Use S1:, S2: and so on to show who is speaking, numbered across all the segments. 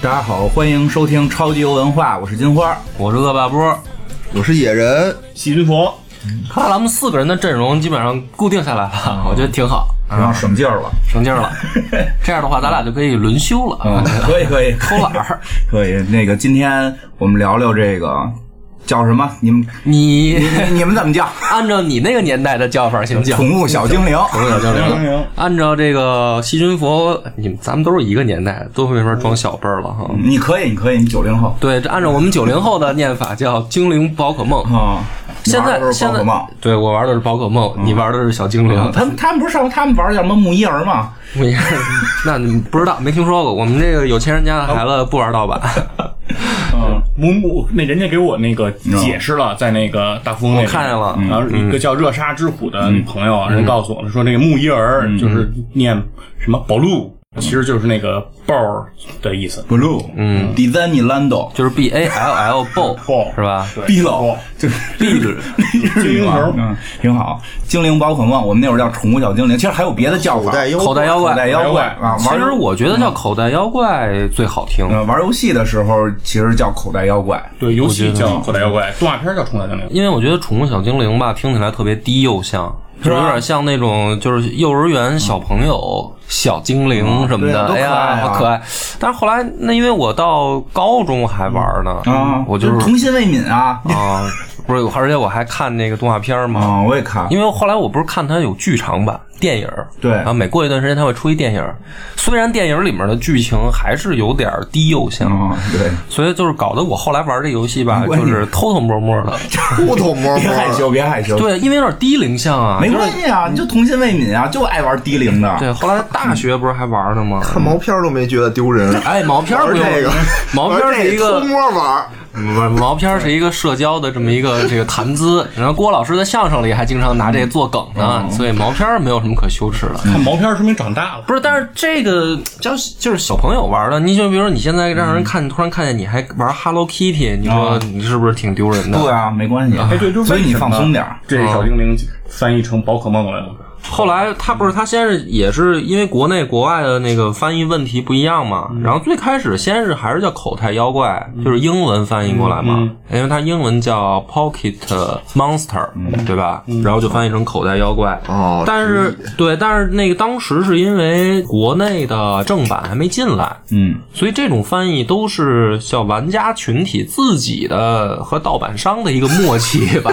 S1: 大家好，欢迎收听超级游文化，我是金花，
S2: 我是恶霸波。
S3: 我是野人，
S4: 细菌佛，
S2: 看来咱们四个人的阵容基本上固定下来
S1: 嗯
S2: 了，我觉得挺好，
S1: 让省劲儿 了，
S2: 省劲儿了。这样的话，咱俩就可以轮休了，
S1: 嗯，可以可以
S2: 偷懒 儿。
S1: 可以。那个今天我们聊聊这个叫什么？你们
S2: 你
S1: 你你你们怎么 叫？
S2: 按照你那个年代的叫法行不行？
S1: 宠物小精灵，
S2: 不叫叫这个。
S4: 欢迎。
S2: 按照这个细菌佛，你们咱们都是一个年代的，都没法装小辈儿了哈。
S1: 嗯你可以你可以，你九零后
S2: 对，这按照我们九零后的念法叫精灵宝可梦。
S1: 啊，你
S2: 现
S1: 玩
S2: 在
S1: 的都是
S2: 现
S1: 宝可
S2: 在
S1: 梦。，嗯啊
S2: 对我玩的是宝可梦，你玩的是小精灵。
S1: 他们他们不是上他们玩叫什么木伊儿吗？
S2: 不一样，那你不知道，没听说过。我们这个有钱人家的孩子不 玩盗版。
S4: 木木那人家给我那个解释了，在那个大富翁那
S2: 嗯
S4: 里嗯
S2: 我看见了嗯
S4: 然后一个叫热沙之虎的朋友啊，人告诉我们说，那个木伊儿
S2: 嗯
S4: 就是念什么宝路，其实就是那个豹儿的意思。
S1: Blue，嗯，Disney Lando，
S2: 就是 B A L L Bow 是吧？
S1: 碧楼就是碧 绿
S4: 精灵猴
S1: 嗯，挺好。精灵宝可梦，我们那会儿叫宠物小精灵，其实还有别的叫法，
S3: 古代
S2: 口
S3: 妖
S2: 袋妖
S1: 口
S2: 怪。
S1: 袋妖怪
S4: 口
S1: 啊。
S2: 其
S1: 玩
S2: 实
S1: 游
S2: 我觉得叫口袋妖怪最好听。
S1: 呃玩游戏的时候，其实叫口袋妖怪。
S4: 对，游戏叫口袋妖怪，动画片叫冲浪精灵。
S2: 因为我觉得《宠物小精灵》吧，听起来特别低幼像，就是有点像那种就是幼儿园小朋友、小精灵什
S1: 嗯
S2: 么
S1: 对啊
S2: 的，
S1: 多
S2: 哎
S1: 可爱啊
S2: 呀，好可爱。但是后来，那因为我到高中还玩呢，
S1: 啊，
S2: 我就是
S1: 童心未泯啊。
S2: 啊，不是，而且我还看那个动画片嘛，
S1: 啊，我也看，
S4: 嗯
S2: 因为后来我不是看它有剧场版电影儿，
S1: 对
S2: 然后每过一段时间它会出一电影儿，虽然电影里面的剧情还是有点儿低幼向，
S3: 嗯
S1: 啊，对，
S2: 所以就是搞得我后来玩这游戏吧，就是偷偷摸摸 的，
S3: 偷偷摸
S1: 别害
S3: 摸，
S1: 羞，别害羞，
S2: 对，因为有点低龄向啊，
S1: 没
S2: 就是
S1: 关系啊，你就童心未泯啊，就爱玩低龄的。
S2: 对，后来大学不是还玩呢吗？
S3: 看毛片儿都没觉得丢人。
S2: 哎，毛片儿不
S3: 玩
S2: 用
S3: 这个，
S2: 毛片儿
S3: 玩这
S2: 是一个
S3: 偷摸玩儿，
S2: 不是毛片儿是一个社交的这么一个这个谈资，然后郭老师在相声里还经常拿这做梗
S3: 嗯
S2: 呢，所以毛片儿没有什么可羞耻的。
S4: 看毛片儿说明长大了。
S2: 不是，但是这个叫就是小朋友玩的，你就比如说你现在让人看，突然看见你还玩 Hello Kitty，你说你是不是挺丢人的？
S1: 对。啊，没关系。
S4: 哎，对，就是
S1: 所以你
S4: 为什么
S1: 放松点儿。
S2: 哦
S4: 这小精灵翻译成宝可梦了。
S2: 后来他不是他先是也是因为国内国外的那个翻译问题不一样嘛，然后最开始先是还是叫口袋妖怪，就是英文翻译过来嘛，因为它英文叫 Pocket Monster，对吧？然后就翻译成口袋妖怪。
S3: 哦
S2: 但是对，但是那个当时是因为国内的正版还没进来，
S1: 嗯，
S2: 所以这种翻译都是叫玩家群体自己的和盗版商的一个默契 吧，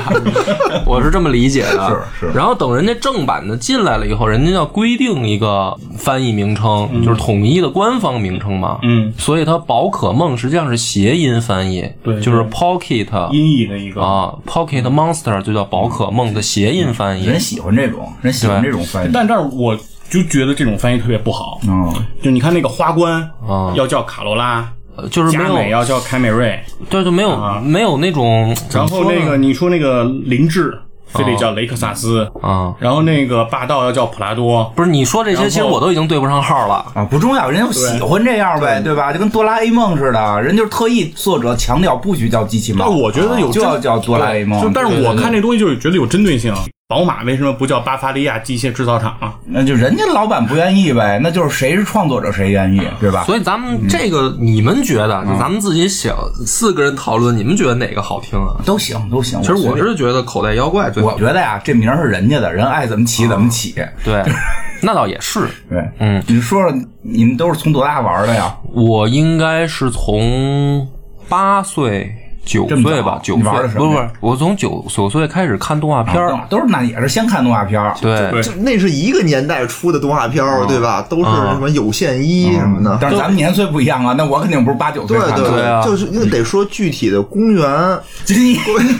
S2: 我是这么理解的。
S1: 是是
S2: 然后等人家正版的进来了以后，人家要规定一个翻译名称，就是统一的官方名称嘛。
S4: 嗯，
S2: 所以它宝可梦实际上是谐音翻译，
S4: 对
S2: 就是
S4: 对
S2: Pocket
S4: 音译的一个
S2: 啊，Pocket Monster 就叫宝可梦的谐音翻
S4: 嗯
S2: 译
S1: 人。喜欢这种，人喜欢这种翻译。
S4: 但这儿我就觉得这种翻译特别不好。
S1: 嗯，
S4: 就你看那个花冠
S2: 啊
S4: 要叫卡罗拉，
S2: 呃就是没
S4: 佳美啊
S2: 有，
S4: 要叫凯美瑞，
S2: 对，就没有、没有那种，
S4: 然
S2: 怎么
S4: 后
S2: 说
S4: 那
S2: 呢
S4: 个你说那个林志，非得叫雷克萨斯，
S2: 啊，
S4: 然后那个霸道要叫普拉多，
S2: 不是你说这些，
S4: 后
S2: 其实我都已经对不上号了。
S1: 啊，不重要，人家喜欢这样呗，对吧？就跟哆啦 A 梦似的，人就是特意作者强调不许叫机器猫，啊
S4: 但我觉得有
S1: 就要
S4: 真
S1: 叫哆啦 A
S4: 就
S1: 梦，
S4: 但是我看这东西就是觉得有针对性。宝马为什么不叫巴伐利亚机械制造厂啊？
S1: 那就人家老板不愿意呗，那就是谁是创作者谁愿意，对吧？
S2: 所以咱们这个，你们觉得，就咱们自己小四个人讨论，你们觉得哪个好听啊？
S1: 都行都行，
S2: 其实我
S1: 随便
S2: 是觉得口袋妖怪最
S1: 我
S2: 好听。
S1: 觉得呀，这名儿是人家的，人爱怎么起怎么起。
S2: 对， 那倒也是。
S1: 对，
S2: 嗯，
S1: 你说说你们都是从多大玩的呀？
S2: 我应该是从八岁、九
S1: 这么
S2: 岁吧
S1: 早，
S2: 九
S1: 你
S2: 岁
S1: 玩的什么嗯
S2: 不是不
S1: 呀
S2: 是，我从九九岁开始看动画片儿。
S1: 都是那也是先看动画片儿，
S2: 对，
S4: 对
S3: 就那是一个年代出的动画片
S2: 啊
S3: 儿，对吧？都是什么有线一什么的。
S1: 但是咱们年岁不一样啊，那我肯定不是八九岁
S3: 对
S1: 看的。
S3: 对
S2: 嗯对啊
S3: 就是因为得说具体的 公园，
S1: 今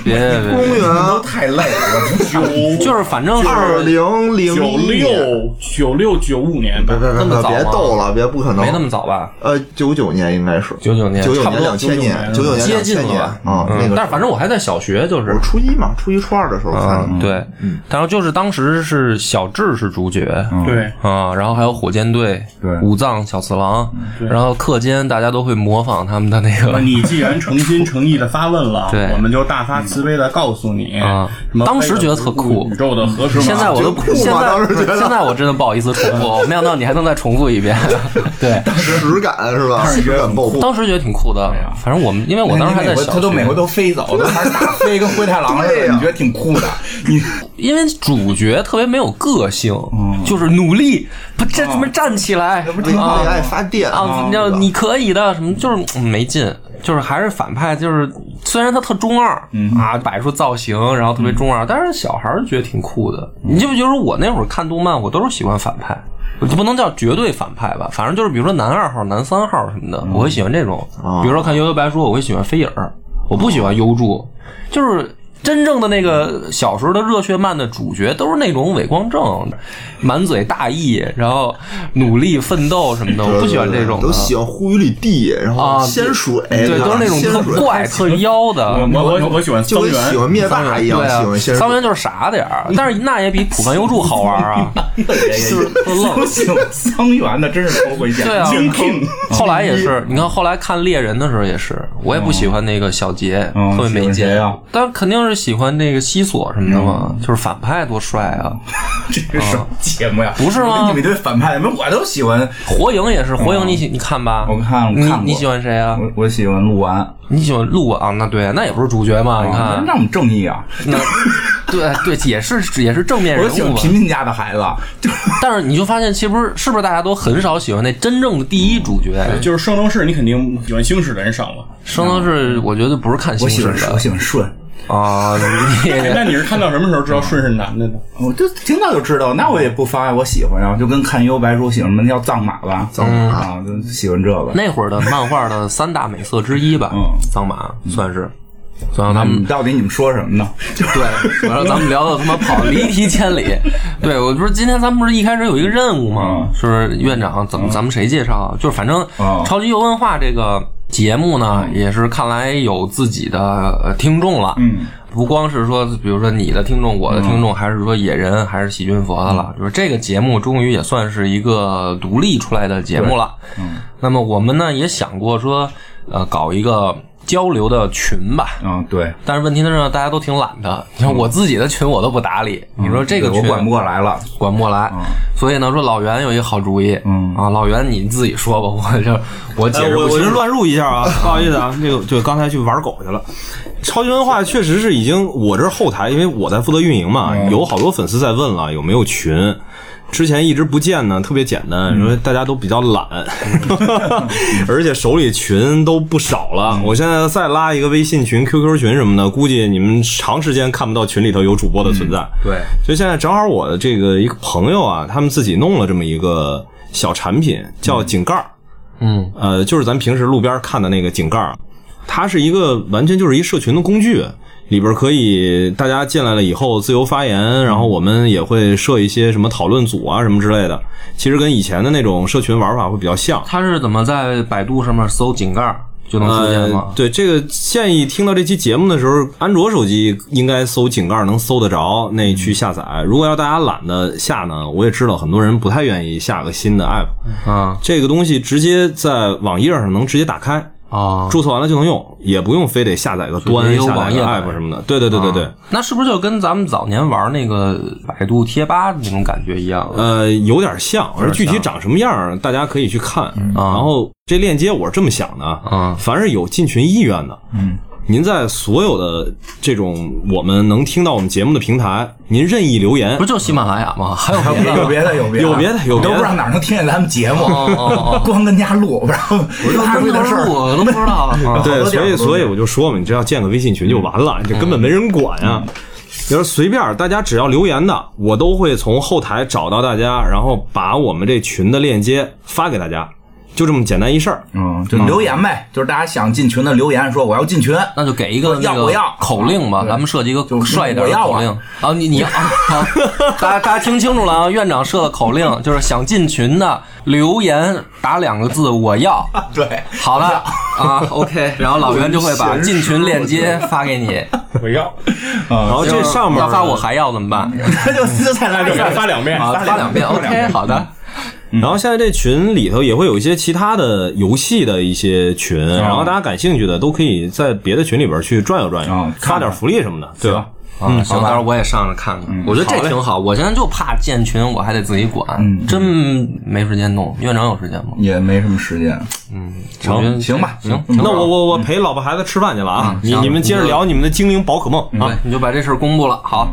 S2: 别别
S3: 公
S2: 别，
S1: 都
S3: 园
S1: 太累了，我真
S2: 就是反正
S3: 二
S2: 是
S3: 零零
S4: 九
S3: 一，
S4: 六九六九五年吧
S3: 别，别
S2: 那
S3: 别
S2: 么早吗啊
S3: 别别逗了，别不可能，
S2: 没那么早吧？
S3: 呃，九九年应该是
S2: 九九年
S3: 九九
S4: 差不
S3: 年
S4: 多
S3: 两千年，九九年
S2: 接近
S3: 2000
S2: 了
S3: 年，吧？啊，那
S2: 嗯
S3: 个
S2: 但是反正我还在小学，就是
S3: 我初一嘛，初一初二的时候看的。
S2: 嗯，对，然后就是当时是小智是主角，
S4: 对，
S2: 啊，然后还有火箭队、
S1: 对
S2: 武藏小次郎，
S3: 嗯
S2: 然后课间大家都会模仿他们的那
S4: 那
S2: 个
S4: 呃你既然诚心诚意的发问了
S2: 对，
S4: 我们就大发慈悲的告诉你
S2: 啊，
S4: 什么
S2: 当时觉得特酷
S4: 宇宙的何时码？
S2: 现在我都
S3: 觉得酷吗
S2: 现在
S3: 当时觉得
S2: 现在我真的不好意思重复，我没想到你还能再重复一 遍。对，
S3: 实感是吧？实感爆破。
S2: 当时觉得挺酷啊的，
S3: 啊
S2: 反正我们因为我当时还在小学，
S1: 他都美国都飞走，都还是打飞，跟灰太狼似
S3: 对
S1: 的，
S3: 呀
S1: 你觉得挺酷的？你
S2: 因为主角特别没有个性，就是努力，不这怎么站起来
S3: 嗯不挺为爱发电
S2: 啊，你知道你可以的，什么就是嗯没劲，就是还是反派，就是虽然他特中二啊，摆出造型，然后特别中二，但是小孩儿觉得挺酷的。你记不记得我那会儿看动漫，我都是喜欢反派。就不能叫绝对反派吧，反正就是比如说男二号、男三号什么的，我会喜欢这种。比如说看《幽游白书》，我会喜欢飞影儿，我不喜欢优助，就是真正的那个小时候的热血漫的主角都是那种伪光正，满嘴大义，然后努力奋斗什么的，我不喜欢这种的。
S3: 都喜欢呼雨里地，然后
S2: 啊，
S3: 仙水，
S2: 对，
S3: 吧
S2: 都是那种
S3: 仙
S2: 特
S3: 水
S2: 怪、特妖的。
S4: 我我我我喜欢
S3: 就
S4: 桑
S3: 跟喜
S4: 园，
S3: 欢灭霸一样，
S2: 对啊
S3: 喜欢仙，水
S2: 桑。园就是傻点儿，但是那也比浦饭优助好玩 啊，就是特
S1: 不
S2: 愣。
S1: 行，桑园的真是头回见。
S2: 对啊，
S4: 精品
S2: 后来也是，你看后来看猎人的时候也是，我也不喜欢那个小杰，
S1: 嗯
S2: 特别没
S1: 喜欢
S2: 劲
S1: 谁嗯啊。
S2: 但肯定是喜欢那个西索什么的嘛，就是反派多帅啊！
S1: 这是什么节目呀？
S2: 不是吗
S1: 你们对反派，我都喜欢。
S2: 火影也是，火影你喜你看吧，
S1: 嗯我看我
S2: 你
S1: 看过
S2: 你喜欢谁啊？
S1: 我我喜欢鹿丸，
S2: 你喜欢鹿啊？那对，那也不是主角嘛，你
S1: 啊
S2: 看，
S1: 那我们正义啊！
S2: 那对对，也是也是正面
S1: 我
S2: 人
S1: 都喜
S2: 物
S1: 欢
S2: 啊嘛。
S1: 平民家的孩子，就是
S2: 但是你就发现，其实是不是大家都很少喜欢那真正的第一主角？
S4: 就是圣斗士，你肯定喜欢星矢的人少嘛。
S2: 圣斗士，我觉得啊不是看
S1: 我
S2: 星
S1: 喜
S2: 矢
S1: 欢我
S2: 的
S1: 喜欢顺，
S2: 啊，你
S4: 哎那你是看到什么时候知道顺是男的呢？
S1: 我就挺早就知道，那我也不妨碍我喜欢啊，就跟看《幽白书》喜欢什么叫藏马吧，藏马啊，就喜欢这个。
S2: 那会儿的漫画的三大美色之一吧
S1: 嗯，
S2: 桑马算是，算让他
S1: 你
S2: 们
S1: 们嗯到底你们说什么呢？
S2: 嗯 对，完了咱们聊到他妈跑离题千 里。对，我不是今天咱们不是一开始有一个任务吗？就是院长怎么咱们谁介绍？啊就是反正
S1: 嗯
S2: 《超级游文化》这个节目呢，也是看来有自己的呃听众了。
S1: 嗯，
S2: 不光是说，比如说你的听众、我的听众，还是说野人，还是喜军佛的了。就是这个节目终于也算是一个独立出来的节目了。嗯，那么我们呢也想过说，呃，搞一个交流的群吧。
S1: 嗯，对，
S2: 但是问题呢，大家都挺懒的。你看我自己的群我都不搭理，你说这个
S1: 我
S2: 群
S1: 管不过来了。
S2: 管不过来，所以呢，说老袁有一个好主意，
S1: 嗯
S2: 啊，老袁你自己说吧，我这我解
S5: 哎
S2: 释
S5: 我
S2: 不
S5: 我
S2: 清
S5: 就
S2: 楚。
S5: 乱入一 下啊，不好意思啊，那个就刚才去玩狗去了。超级文化确实是已经我这后台，因为我在负责运营嘛，有好多粉丝在问了有没有群。之前一直不建呢，特别简单，因为大家都比较懒，而且手里群都不少了。我现在再拉一个微信群、QQ 群什么的，估计你们长时间看不到群里头有主播的存在。
S2: 对，
S5: 所以现在正好我的这个一个朋友啊，他们自己弄了这么一个小产品，叫井盖儿。
S2: 嗯，
S5: 呃，就是咱平时路边看的那个井盖儿，它是一个完全就是一社群的工具，里边可以大家进来了以后自由发言，然后我们也会设一些什么讨论组啊什么之类的。其实跟以前的那种社群玩法会比较像。
S2: 他是怎么在百度上面搜井盖儿就能出现吗
S5: 呃？，对，这个建议听到这期节目的时候，安卓手机应该搜井盖儿能搜得着，那去下载。如果要大家懒得下呢，我也知道很多人不太愿意下个新的 app，
S2: 啊
S5: 这个东西直接在网页上能直接打开。
S2: 啊，
S5: 注册完了就能用，也不用非得下载个
S2: 就
S5: 端、
S2: 也有
S5: 下
S2: 网
S5: 载
S2: 页
S5: 个
S2: 版
S5: app 什么的。对对对对对，
S2: 啊那是不是就跟咱们早年玩那个百度贴吧那种感觉一样？啊
S5: 呃，有点像，而具体长什么样儿，大家可以去看。
S2: 啊
S5: 然后这链接我是这么想的
S2: 嗯
S5: 凡是有进群意愿的，嗯，您在所有的这种我们能听到我们节目的平台，您任意留言
S2: 不，就喜马拉雅吗？还有别的
S1: 有别的，有别的，
S5: 有别的有别的
S1: 我都不知道哪能听见咱们节目，
S2: 哦
S1: 光跟家录，然后有啥
S2: 么
S1: 的事儿。
S2: 我都不知道啊。
S5: 对，
S1: 多地
S5: 所
S1: 儿
S5: 以
S1: 好多
S5: 所以
S1: 地儿
S5: 我就说嘛，你只要建个微信群就完了，你就根本没人管啊。就是随便大家只要留言的，我都会从后台找到大家，然后把我们这群的链接发给大家。就这么简单一事儿。
S1: 嗯，就留言呗，就是大家想进群的留言，说我要进群，
S2: 那就给一个那
S1: 要不
S2: 个
S1: 要
S2: 口令吧，咱们设计一个帅一点
S1: 我
S2: 的
S1: 要啊
S2: 口令啊！你你啊， 好，大家大家听清楚了啊！院长设的口令就是想进群的留言打两个字“我要
S1: 对，”，
S2: 好了啊，OK，然后老袁就会把进群链接发给 你。
S4: 我要，
S5: 然后这上面
S2: 要发我还要怎 么办？
S1: 那就就再来
S4: 那就
S1: 一
S4: 给他
S1: 遍，
S4: 发两遍。
S2: 啊，发两遍
S1: 发两
S2: ，OK，
S1: 遍
S2: 好的。
S5: 然后现在这群里头也会有一些其他的游戏的一些群，然后大家感兴趣的都可以在别的群里边去转悠转悠，
S1: 啊看看
S5: 发点福利什么的，对吧？
S1: 嗯
S2: 啊，行，到时候我也上着看看，我觉得这挺好。我现在就怕建群，我还得自己
S1: 嗯
S2: 管，真没时间弄。院长有时间吗？
S1: 也没什么时间，
S2: 我觉得
S1: 嗯行吧，
S2: 行，
S1: 嗯
S5: 那我我我陪老婆孩子吃饭去了啊！你
S2: 行
S5: 你们接着聊你们的精灵宝可梦啊
S2: 嗯对！，你就把这事儿公布了。好，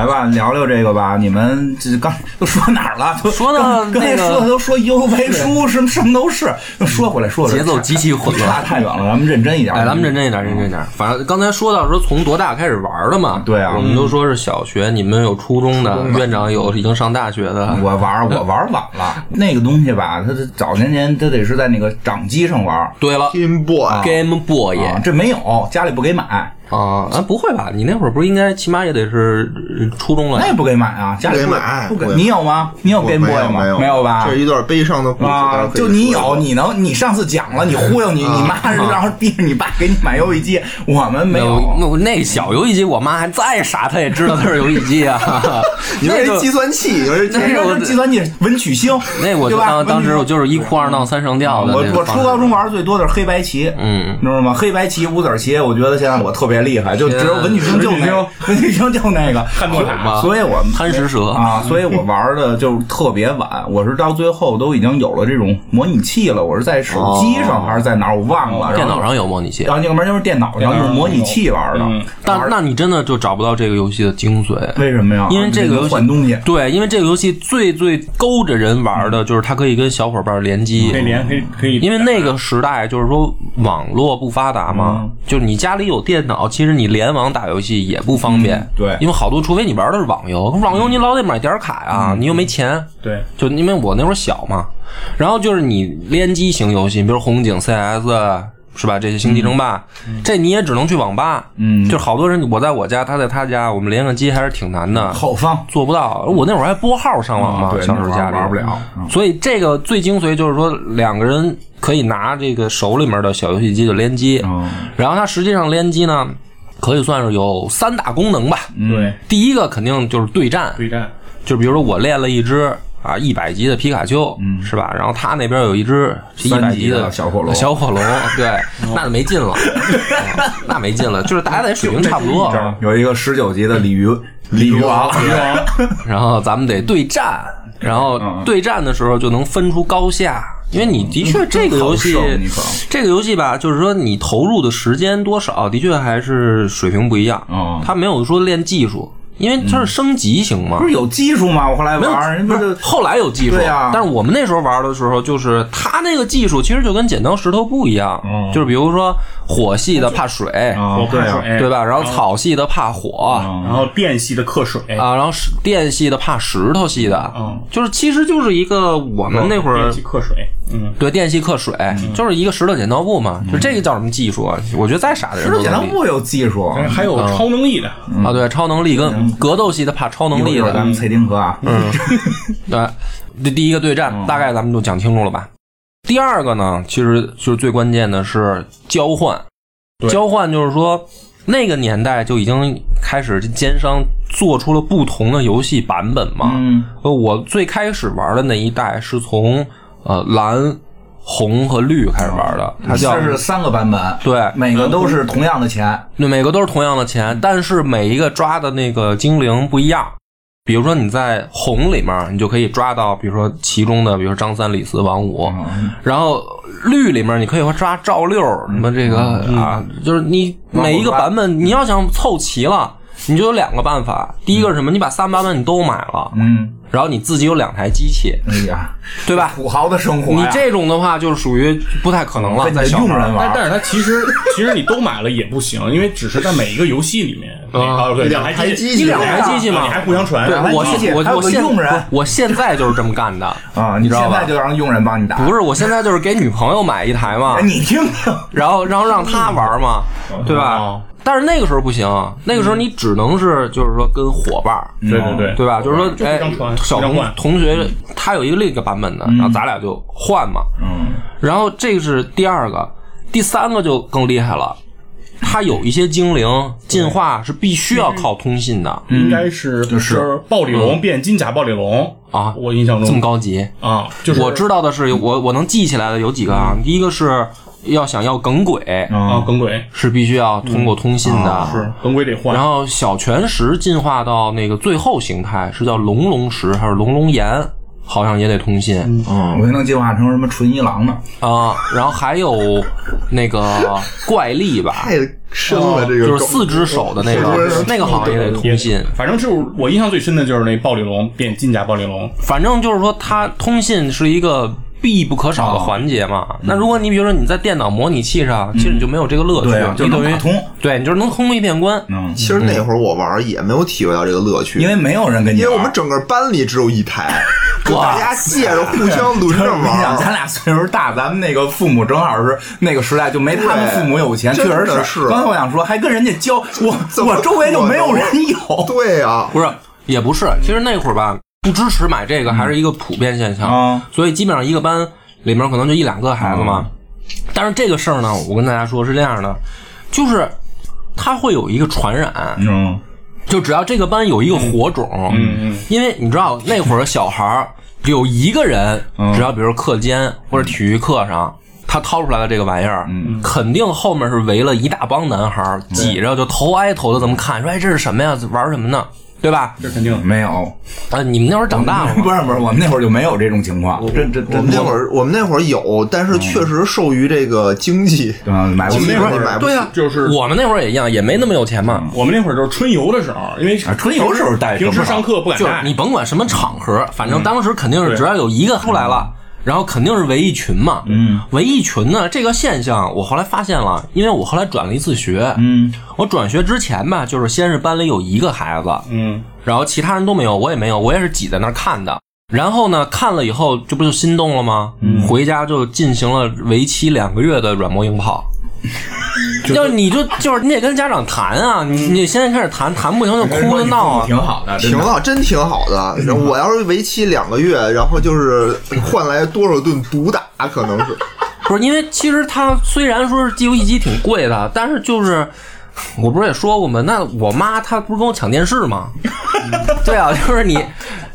S1: 来吧，聊聊这个吧。你们这刚 都说哪儿了？
S2: 说到
S1: 刚刚才
S2: 那个
S1: 说的都说优为书，什么什么都是。说回来，说回
S2: 节
S1: 来，
S2: 奏极其混
S1: 差
S2: 乱。
S1: 太远了，咱们认真一点。
S2: 哎，咱们认真一点，认真一点。反正刚才说到说从多大开始玩的嘛，
S1: 对啊
S2: 我们都说是小学，你们有初中的，院长有已经上大学的，
S1: 嗯我玩儿我玩儿晚了，那个东西吧，它这早年间它得是在那个掌机上玩儿
S2: 对了
S3: Game Boy，
S2: ，Game Boy
S1: 啊，这没有，家里不给买，
S2: 啊，啊不会吧？你那会儿不是应该起码也得是呃初中了
S1: 那？也不给买啊，家里
S3: 不给买
S1: 不
S3: 不
S1: 给。
S3: 给
S1: 你有吗？你有
S3: 我
S1: Game
S3: 没
S1: Boy
S3: 有
S1: 吗？
S3: 没有
S1: 没有吧？
S3: 这是一段悲伤的故事
S1: 啊，就你有，你能，你上次讲了，你忽悠
S2: 啊
S1: 你，你妈然后逼着你爸给你买游戏机，我们没有。
S2: 那我那小游戏机，我妈还再傻，她也知道它是游戏机 啊。
S3: 你
S2: 那
S3: 是
S2: 就
S3: 一计算器，你是
S2: 那
S1: 那
S2: 我
S1: 是计算机文曲星，
S2: 那我
S1: 对
S2: 就啊
S1: 吧？
S2: 当当时
S1: 文
S2: 我
S1: 曲星
S2: 就是一哭二闹三上吊的
S1: 我
S2: 那个
S1: 我
S2: 方
S1: 初
S2: 式。
S1: 高中玩的最多的是黑白棋，
S2: 嗯，
S1: 你知道吗？黑白棋、五子棋，我觉得现在我特别厉害，就只有文曲星就那个，文曲星就那个
S4: 汉诺塔
S2: 吧
S1: 所以我
S2: 贪食蛇
S1: 啊，所以我玩的就是特别晚，我是到最后都已经有了这种模拟器了，我是在手机上还是在哪儿我忘了，然后
S2: 哦电脑上有模拟器
S1: 然，后那个门就是电脑，然嗯后就是模拟器玩的。
S2: 但那你真的就找不到这个游戏的精髓。
S1: 为什么呀？
S2: 因为这个游戏
S1: 能换东西，
S2: 对，因为这个游戏最最勾着人玩的就是它可以跟小伙伴联机，
S4: 可以连，可以可以，
S2: 因为那个时代就是说网络不发达嘛，就是你家里有电脑，其实你联网打游戏也不方便。
S1: 对
S2: 因为好多除非你玩的是网游，网游你老得买点卡呀、你又没钱。
S4: 对，
S2: 就因为我那会儿小嘛，然后就是你联机型游戏，比如红警、CS 是吧？这些星际争霸，这你也只能去网吧。嗯，就好多人，我在我家，他在他家，我们连个机还是挺难的。
S1: 好方
S2: 做不到。我那会儿还拨号上网嘛，
S1: 嗯对
S2: 小时候家里
S1: 那会儿玩不了。嗯
S2: 所以这个最精髓就是说，两个人可以拿这个手里面的小游戏机就联机，
S1: 哦
S2: 然后它实际上联机呢，可以算是有三大功能吧。
S1: 嗯
S4: 对，
S2: 第一个肯定就是对战，
S4: 对战，
S2: 就比如说我练了一只啊一百级的皮卡丘，嗯，是吧？然后他那边有一只一
S1: 三
S2: 百
S1: 级
S2: 级
S1: 的
S2: 的
S1: 小火龙哦
S2: 小火龙， 对，那就没劲了，啊那没劲了，就是大家得水平差不多，
S1: 有一个十九级的鲤鱼，鲤鱼王，
S2: 然后咱们得对战，然后
S1: 嗯
S2: 对战的时候就能分出高下，因为你的确这个游戏
S1: 嗯好胜你可，
S2: 这个游戏吧，就是说你投入的时间多少，的确还是水平不一样
S1: 哦。
S2: 它没有说练技术，因为它是升级型嘛
S1: 不。是有技术吗？我后来
S2: 没有
S1: 玩，人
S2: 不
S1: 不
S2: 是
S1: 就
S2: 后来有技术
S1: 对呀，
S2: 但是我们那时候玩的时候，就是它那个技术其实就跟剪刀石头布一样，
S1: 嗯
S2: 就是比如说火系的怕水，
S1: 啊
S4: 我
S1: 对
S4: 怕
S1: 啊，
S4: 水，
S2: 对？吧？然后草系的怕火，
S1: 嗯
S4: 然后电系的克水，
S2: 啊，然后是电系的怕石头系的，
S4: 嗯
S2: 就是其实就是一个我们那会儿
S4: 电系克水，嗯，
S2: 对电系克水，
S1: 嗯
S2: 就是一个石头剪刀布嘛，就这个叫什么技术啊？我觉得再傻的人
S1: 石
S2: 都
S1: 头
S2: 能
S1: 剪刀
S2: 理
S1: 布有技术，
S4: 还有超能力的，
S2: 啊，对，超能力跟格斗系的怕超能力
S1: 嗯一会儿
S2: 的，
S1: 咱们蔡丁河啊，
S2: 嗯对，这第一个对战、
S1: 嗯
S2: 大概咱们就讲清楚了吧。第二个呢，其实就是最关键的是交换，交换就是说那个年代就已经开始奸商做出了不同的游戏版本嘛。
S1: 嗯，
S2: 呃，我最开始玩的那一代是从呃蓝、红和绿开始玩的，它叫
S1: 这哦是三个版本，
S2: 对
S1: 每个都是同样的钱，
S2: 那每个都是同样的钱，但是每一个抓的那个精灵不一样。比如说你在红里面，你就可以抓到，比如说其中的，比如说张三、李四、王五，
S1: 哦
S2: 然后绿里面你可以抓赵六什么这个
S1: 嗯
S2: 啊，就是你每一个版本你要想凑齐了，你就有两个办法。第一个是什么？你把三版本你都买了，
S1: 嗯，
S2: 然后你自己有两台机器，
S1: 哎呀，
S2: 对吧？
S1: 土豪的生活
S2: 你
S1: 呀，
S2: 这种的话就是属于不太可能了，
S1: 跟你
S2: 在
S1: 的
S2: 小
S1: 佣
S2: 孩儿
S1: 人
S4: 但
S1: 玩，
S4: 但是它其实其实你都买了也不行，因为只是在每一个游戏里面，啊，对
S3: 两
S4: 台
S3: 台
S4: 机
S3: 机器
S4: 你两
S3: 对
S4: 台
S3: 啊
S4: 机器嘛，
S2: 对
S4: 你还互相传，
S2: 对
S1: 还
S2: 我
S1: 理解
S2: 我
S1: 还有
S2: 我
S1: 个
S2: 现
S1: 佣人
S2: 不我现在就是这么干的
S1: 啊，
S2: 你
S1: 你
S2: 知道
S1: 现
S2: 吧
S1: 在就让佣人帮你打，
S2: 不是，我现在就是给女朋友买一台嘛，
S1: 哎你听听，
S2: 然后然后让她玩嘛，对吧
S4: 哦？
S2: 但是那个时候不行，那个
S1: 嗯
S2: 时候你只能是就是说跟伙伴儿，
S4: 对对对
S2: 对吧？就是说，
S4: 就
S2: 哎
S4: 互相，传
S2: 小
S4: 互相
S2: 同
S4: 换
S2: 同学他有一个另一个版本的，然后咱俩就换嘛。
S1: 嗯，
S2: 然后这个是第二个，第三个就更厉害了，它有一些精灵进化是必须要靠通信的
S4: 应该是就是暴鲤龙变金甲暴鲤龙
S2: 嗯啊
S4: 我印象中
S2: 这么高级。
S4: 啊，就是
S2: 我知道的是，我我能记起来的有几个啊，第一个是要想要耿鬼，
S4: 啊，耿鬼
S2: 是必须要通过通信的。
S4: 嗯哦是耿鬼得换，
S2: 然后小泉石进化到那个最后形态是叫龙龙石还是龙龙岩，好像也得通信。
S4: 嗯
S1: 我还能进化成什么纯一郎呢？
S2: 啊、然后还有那个怪力吧，
S3: 太深了，这个
S2: 哦就是
S3: 梗
S2: 四只手的那
S3: 我说
S2: 个，嗯那个好像也得通信。
S1: 嗯
S4: 反正就是我印象最深的就是那暴鲤龙变金甲暴鲤龙，
S2: 反正就是说，它通信是一个必不可少
S1: 哦
S2: 的环节嘛。
S1: 嗯
S2: 那如果你比如说你在电脑模拟器上，其实你就没有这个乐趣，
S1: 对啊
S2: 你
S1: 就
S2: 等
S1: 能
S2: 于
S1: 打通
S2: 对你就是能通一遍关。
S1: 嗯，
S3: 其实那会儿我玩儿也没有体会到这个乐趣，
S1: 因为没有人跟你
S3: 因
S1: 玩，
S3: 为我们整个班里只有一台，就大家借着 互相轮着
S1: 你想，
S3: 玩
S1: 咱
S3: 儿。
S1: 俩岁数大，咱们那个父母正好是那个时代，就没他们
S3: 对
S1: 父母有钱，确
S3: 真
S1: 实
S3: 的
S1: 是。
S3: 是
S1: 刚才我想说，还跟人家交，我
S3: 怎么
S1: 我周围就没有人有
S3: 对啊，
S2: 不是，也不是。其实那会儿吧，不支持买这个还是一个普遍现象，
S1: 啊
S2: 所以基本上一个班里面可能就一两个孩子嘛。但是这个事儿呢，我跟大家说是这样的，就是它会有一个传染，
S1: 嗯，
S2: 就只要这个班有一个火种，嗯嗯，因为你知道那会儿小孩儿有一个人，只要比如课间或者体育课上。他掏出来的这个玩意儿，肯定后面是围了一大帮男孩儿，挤着就头挨头的这么看，说：“哎，这是什么呀？玩什么呢？对吧？”
S4: 这肯定
S1: 没有，
S2: 啊，你们那会儿长大了吗？
S1: 不是不是，我们那会儿就没有这种情况，真真
S3: 我
S1: 真
S3: 们那会
S1: 儿
S3: 儿我们那会儿有，但是确实受于这个经济，
S1: 啊买不
S3: 经
S1: 起
S3: 济
S4: 那会儿啊
S3: 问题买不
S2: 对
S3: 起。
S2: 呀、
S4: 就是
S2: 我们那会儿也一样，也没那么有钱嘛。
S4: 我们那会儿就是春游的时候，因为
S1: 啊春游时候带
S4: 平
S1: 什
S4: 时
S1: 么
S4: 上课不敢
S2: 就是
S4: 带，
S2: 你甭管什么场合，反正当时肯定是
S4: 对
S2: 只要有一个出来了，然后肯定是围一群嘛。嗯，围一群呢，这个现象我后来发现了，因为我后来转了一次学。嗯，我转学之前吧，就是先是班里有一个孩子，
S4: 嗯，
S2: 然后其他人都没有，我也没有，我也是挤在那儿看的。然后呢，看了以后，这不就心动了吗？回家就进行了为期两个月的软磨硬泡。要是你 就就是你得跟家长谈啊，你你现在开始谈，谈不行就哭着闹啊。
S1: 挺好的，真
S3: 挺
S1: 的
S3: 好，真挺好的。然后我要是为期两个月，然后就是换来多少顿毒打，可能是。
S2: 不是因为其实它虽然说是 G 游戏机挺贵的，但是就是我不是也说过吗？那我妈她不是跟我抢电视吗？ 对啊，就是你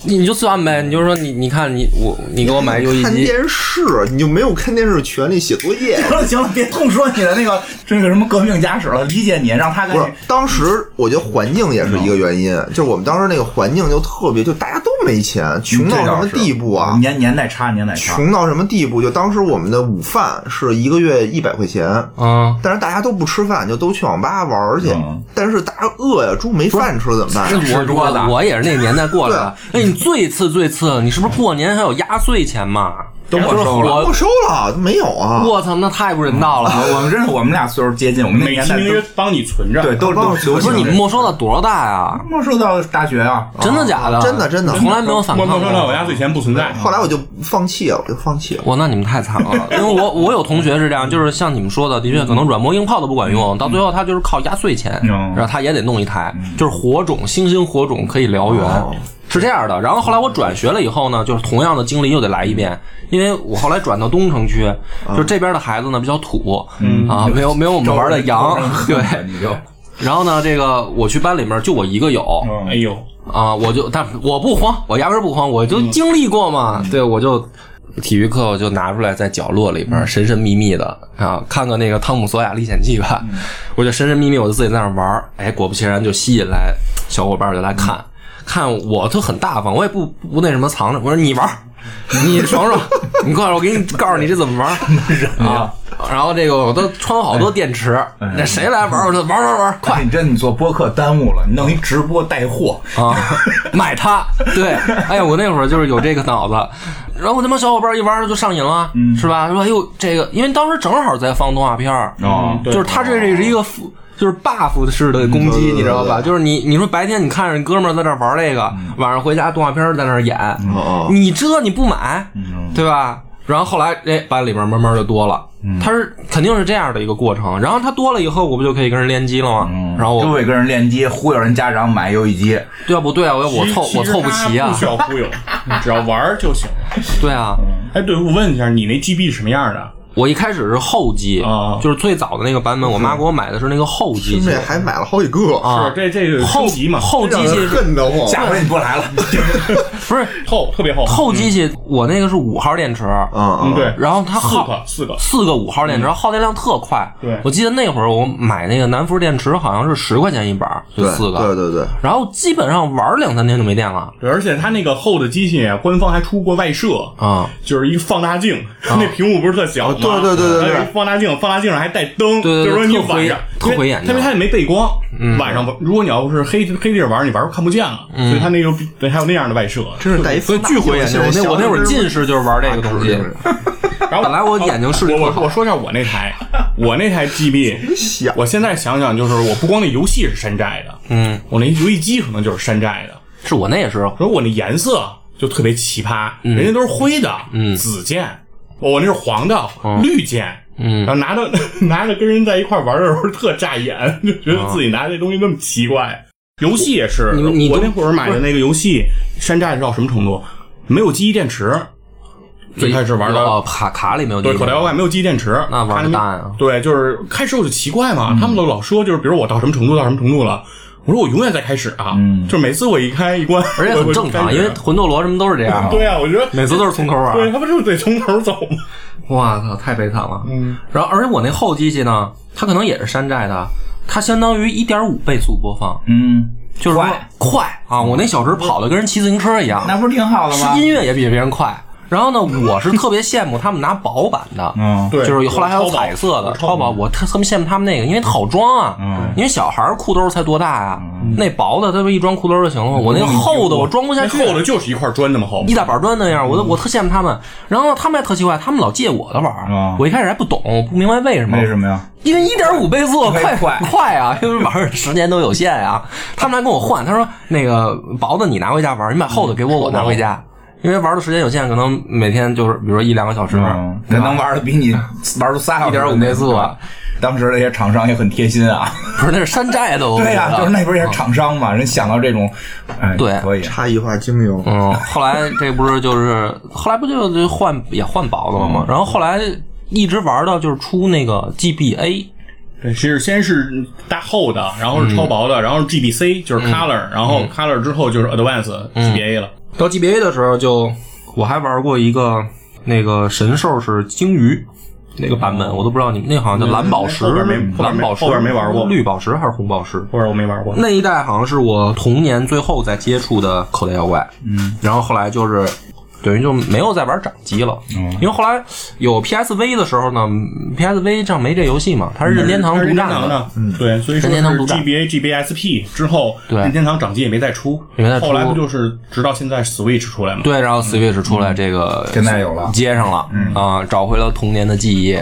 S2: 你你就算呗，你就说你你看你我你给我买游戏
S3: 看
S2: 机，
S3: 电视，你就没有看电视的权利写作业。
S1: 行了行了，别痛 说你的那个这个什么革命家史了，理解你，让他跟
S3: 不
S1: 你
S3: 是，当时我觉得环境也是一个原因，就是我们当时那个环境就特别，就大家都没钱，穷
S1: 嗯这
S3: 到什
S1: 倒
S3: 么
S1: 是嗯
S3: 地步啊？
S1: 年年代差，年代差，
S3: 穷到什么地步？就当时我们的午饭是一个月一百块钱，
S2: 嗯，
S3: 但是大家都不吃饭，就都去网吧玩儿去
S1: 嗯。
S3: 但是大家饿呀，猪没饭吃怎么办？
S2: 我
S1: 桌子
S2: 我我也是那年代过来的。
S3: 啊
S2: 哎，你最次最次，你是不是过年还有压岁钱嘛？
S1: 都没收了。
S2: 我
S3: 没收了，没有啊。
S2: 我操，那太不人道了。
S1: 啊我们真是我们俩岁数接近，我们那
S4: 美
S1: 年
S4: 其
S1: 代
S4: 名曰
S1: 都
S4: 帮你存着，
S1: 对都都流
S2: 啊不
S1: 行
S2: 是你
S1: 这
S2: 哦们没收到多少大呀？
S1: 没收到大学啊，
S2: 真的假的？
S3: 啊真的真的
S2: 从来没有反
S4: 莫
S2: 抗过。
S4: 莫说到我压岁钱不存在，
S3: 后来我就放弃了，我就放弃了。
S2: 哇，那你们太惨了，因为我我有同学是这样，就是像你们说的，的确可能软磨硬泡都不管用，到最后他就是靠压岁钱，
S1: 嗯
S2: 然后他也得弄一台，就是火种，星星火种可以燎原。
S1: 哦
S2: 是这样的，然后后来我转学了以后呢，就是同样的经历又得来一遍，因为我后来转到东城区，就这边的孩子呢比较土，
S1: 嗯
S2: 啊，没有没有我们玩的洋，对。
S1: 你就嗯
S2: 然后呢，这个我去班里面就我一个有，
S4: 哎呦，
S2: 啊，我就但我不慌，我压根儿不慌，我就经历过嘛。对，我就体育课我就拿出来在角落里边儿神神秘秘的啊，看看那个《汤姆索亚历险记》吧， 我就神神秘秘我就自己在那儿玩儿，哎，果不其然就吸引来小伙伴儿就来看。看我就很大方，我也不不那什么藏着。我说你玩儿，你爽爽，你过来，我给你告诉你这怎么玩儿啊。然后这个我都穿好多电池，那谁来玩儿我就玩儿玩儿玩儿，快
S1: 哎你这你做播客耽误了，你弄一直播带货，
S2: 啊， 买它。对，哎呀，我那会儿就是有这个脑子，然后他妈小伙伴一玩儿就上瘾了，是吧？说哎呦，这个，因为当时正好在放动画片儿，
S1: 哦
S4: 对
S2: 就是他这这是一个复就是 buff 式的攻击，
S3: 嗯
S2: 你知道吧？
S3: 对对对
S2: 就是你你说白天你看着你哥们儿在那玩这个，晚上回家动画片儿在那儿演，
S3: 哦
S2: 你这你不买，对吧？然后后来，哎，班里边慢慢就多了，他是肯定是这样的一个过程。然后他多了以后，我不就可以跟人联机了吗？然后
S1: 就
S2: 哦我
S1: 会跟人链接，忽悠人家长买游戏机。
S2: 要不对啊，我我
S4: 其实
S2: 凑
S4: 其
S2: 我
S4: 实
S2: 凑不
S4: 它
S2: 齐啊
S4: 不需，要忽悠，你只要玩儿就行了。
S2: 对啊。
S4: 哎，对，我问一下，你那 GB 什么样的？
S2: 我一开始是后机
S4: 啊，
S2: 就是最早的那个版本，我妈给我买的是那个后机
S3: 听
S2: 器
S3: 着还买了好几个，
S2: 啊
S4: 是，这这个
S2: 后
S4: 升级嘛，
S2: 后
S3: 让
S2: 机器
S3: 人
S2: 是
S3: 恨得慌。
S1: 下回你不来了，
S2: 哦不是
S4: 厚，特别厚。
S2: 后机器？我那个是五号电池，
S3: 啊，
S4: 嗯，对，
S2: 然后它
S4: 四
S2: 耗
S4: 个四个，
S2: 四个五号电池，耗电量特快。
S4: 对
S2: 我记得那会儿我买那个南孚电池好像是十块钱一板儿，就
S3: 对，
S2: 四个，
S3: 对对对，
S2: 然后基本上玩两三天就没电了
S4: 对，而且它那个厚的机器，啊官方还出过外设，
S2: 啊。哦
S4: 就是一个放大镜， 那屏幕不是特小吗？
S3: 对对对对对
S4: 还有一放大镜，放大镜上还带灯，
S2: 对对对
S4: 就是说你
S2: 特
S4: 晚
S2: 毁
S4: 上
S2: 特毁眼睛嗯
S4: 因为它也没背光，晚上如果你要是黑黑地儿玩，你玩看不见了，所以它那个还有那样的外设。
S3: 真是带一
S2: 所以巨毁
S3: 啊
S2: 眼睛，我那我那会儿近视就是玩这个东西，
S4: 然后哦
S2: 本来我眼睛视力
S4: 我
S2: 不
S4: 我
S2: 好
S4: 我说一下我那台，我那 台 GB，
S3: 小
S4: 我现在想想就是，我不光那游戏是山寨的，
S2: 嗯，
S4: 我那游戏机可能就是山寨的，
S2: 是我那也是
S4: 说我那颜色就特别奇葩，人家都是灰的，
S2: 嗯
S4: 紫键，哦我那是黄的，绿键。
S2: 嗯
S4: 然后拿着 拿着跟人在一块玩的时候特扎眼，就觉得自己拿这东西那么奇怪。游戏也是，
S2: 哦你你
S4: 我
S2: 都
S4: 那会儿买的那个游戏山寨到什么程度？没有记忆电池，最 开始玩的
S2: 哦卡卡里没有地
S4: 对，
S2: 方
S4: 口袋妖怪没有记忆电池，
S2: 那玩
S4: 的
S2: 得大呀嗯
S4: 对，就是开始我就奇怪嘛，他们都老说就是，比如我到什么程度到什么程度了，我说我永远在开始啊， 就是每次我一开一关，
S2: 嗯而且
S4: 我
S2: 很
S4: 就
S2: 正常，
S4: 开始
S2: 因为魂斗罗什么都是这样啊。
S4: 对啊，我觉得
S2: 每次都是从头啊玩
S4: 对，他不就得从头走吗？
S2: 哇操，太悲惨了。
S4: 嗯，
S2: 然后而且我那后机器呢，它可能也是山寨的，它相当于一点五倍速播放，
S1: 嗯，
S2: 就是说
S1: 快
S2: 快啊！我那小时候跑的跟人骑自行车一样，
S1: 那不是挺好的吗
S2: 是？音乐也比别人快。然后呢，我是特别羡慕他们拿薄版的，
S1: 嗯，
S4: 对，
S2: 就是后来还有彩色的超薄，我特特别羡慕他们那个，因为好装啊。因为小孩儿裤兜才多大呀，那薄的他不一装裤兜就行了吗？我那厚 的我装不下
S4: 那
S2: 去，啊
S4: 厚的就是一块砖那么厚
S2: 一，大板砖那样，我
S1: 嗯
S2: 都我特羡慕他们。然后他们还特奇怪，他们老借我的玩儿
S1: 啊，
S2: 我一开始还不懂，我不明白为什么，
S1: 为什么呀？
S2: 因为一点五倍速快
S1: 快
S2: 快啊，因为玩儿十年都有限 啊。他们还跟我换，他说那个薄的你拿回家玩儿，你把厚的给我，我拿回
S1: 嗯
S2: 家。因为玩儿的时间有限，可能每天就是比如说一两个小时，
S1: 嗯，那能玩的比你玩出仨
S2: 一
S1: 小时
S2: 点五倍速啊，
S1: 当时那些厂商也很贴心啊，
S2: 不是那是山寨哦的，我
S1: 对
S2: 呀、
S1: 呀，就是那边也是厂商嘛，人想到这种，哎，
S2: 对
S1: 可以，
S3: 差异化经营，
S2: 嗯，后来这不是就是后来不就就换也换薄的了
S1: 嗯
S2: 吗？然后后来一直玩到就是出那个 GBA，
S4: 对，是先是大厚的，然后是
S2: 嗯
S4: 超薄的，然后是 GBC 就是 Color，然后 Color 之后就是 Advance
S2: 嗯
S4: GBA 了，
S2: 到 GBA 的时候就我还玩过一个那个神兽是鲸鱼。那个版本我都不知道你们那好像叫蓝宝石
S4: 哦后边没，后边
S2: 蓝
S4: 没
S2: 宝石
S4: 后边没玩过
S2: 绿宝石还是红宝石？
S4: 或者我没玩过。
S2: 那一代好像是我童年最后再接触的口袋妖怪，嗯，然后后来就是等于就没有再玩掌机了，
S4: 哦
S2: 嗯，因为后来有 PSV 的时候呢嗯，PSV 上没这游戏嘛，它是任天堂
S4: 它是
S2: 独
S4: 任
S2: 占
S4: 天堂
S2: 的，
S4: 的，嗯，对，所以说
S2: 任
S4: 是
S2: 天堂独占
S4: GBA、GBSP 之后，
S2: 对
S4: 任天堂掌机也没再出，
S2: 也没再出
S4: 后来不就是直到现在 Switch 出来嘛？
S2: 对，然后 Switch 出
S4: 嗯
S2: 来这个
S1: 现在有了
S2: 接上了，啊，找回了童年的记忆，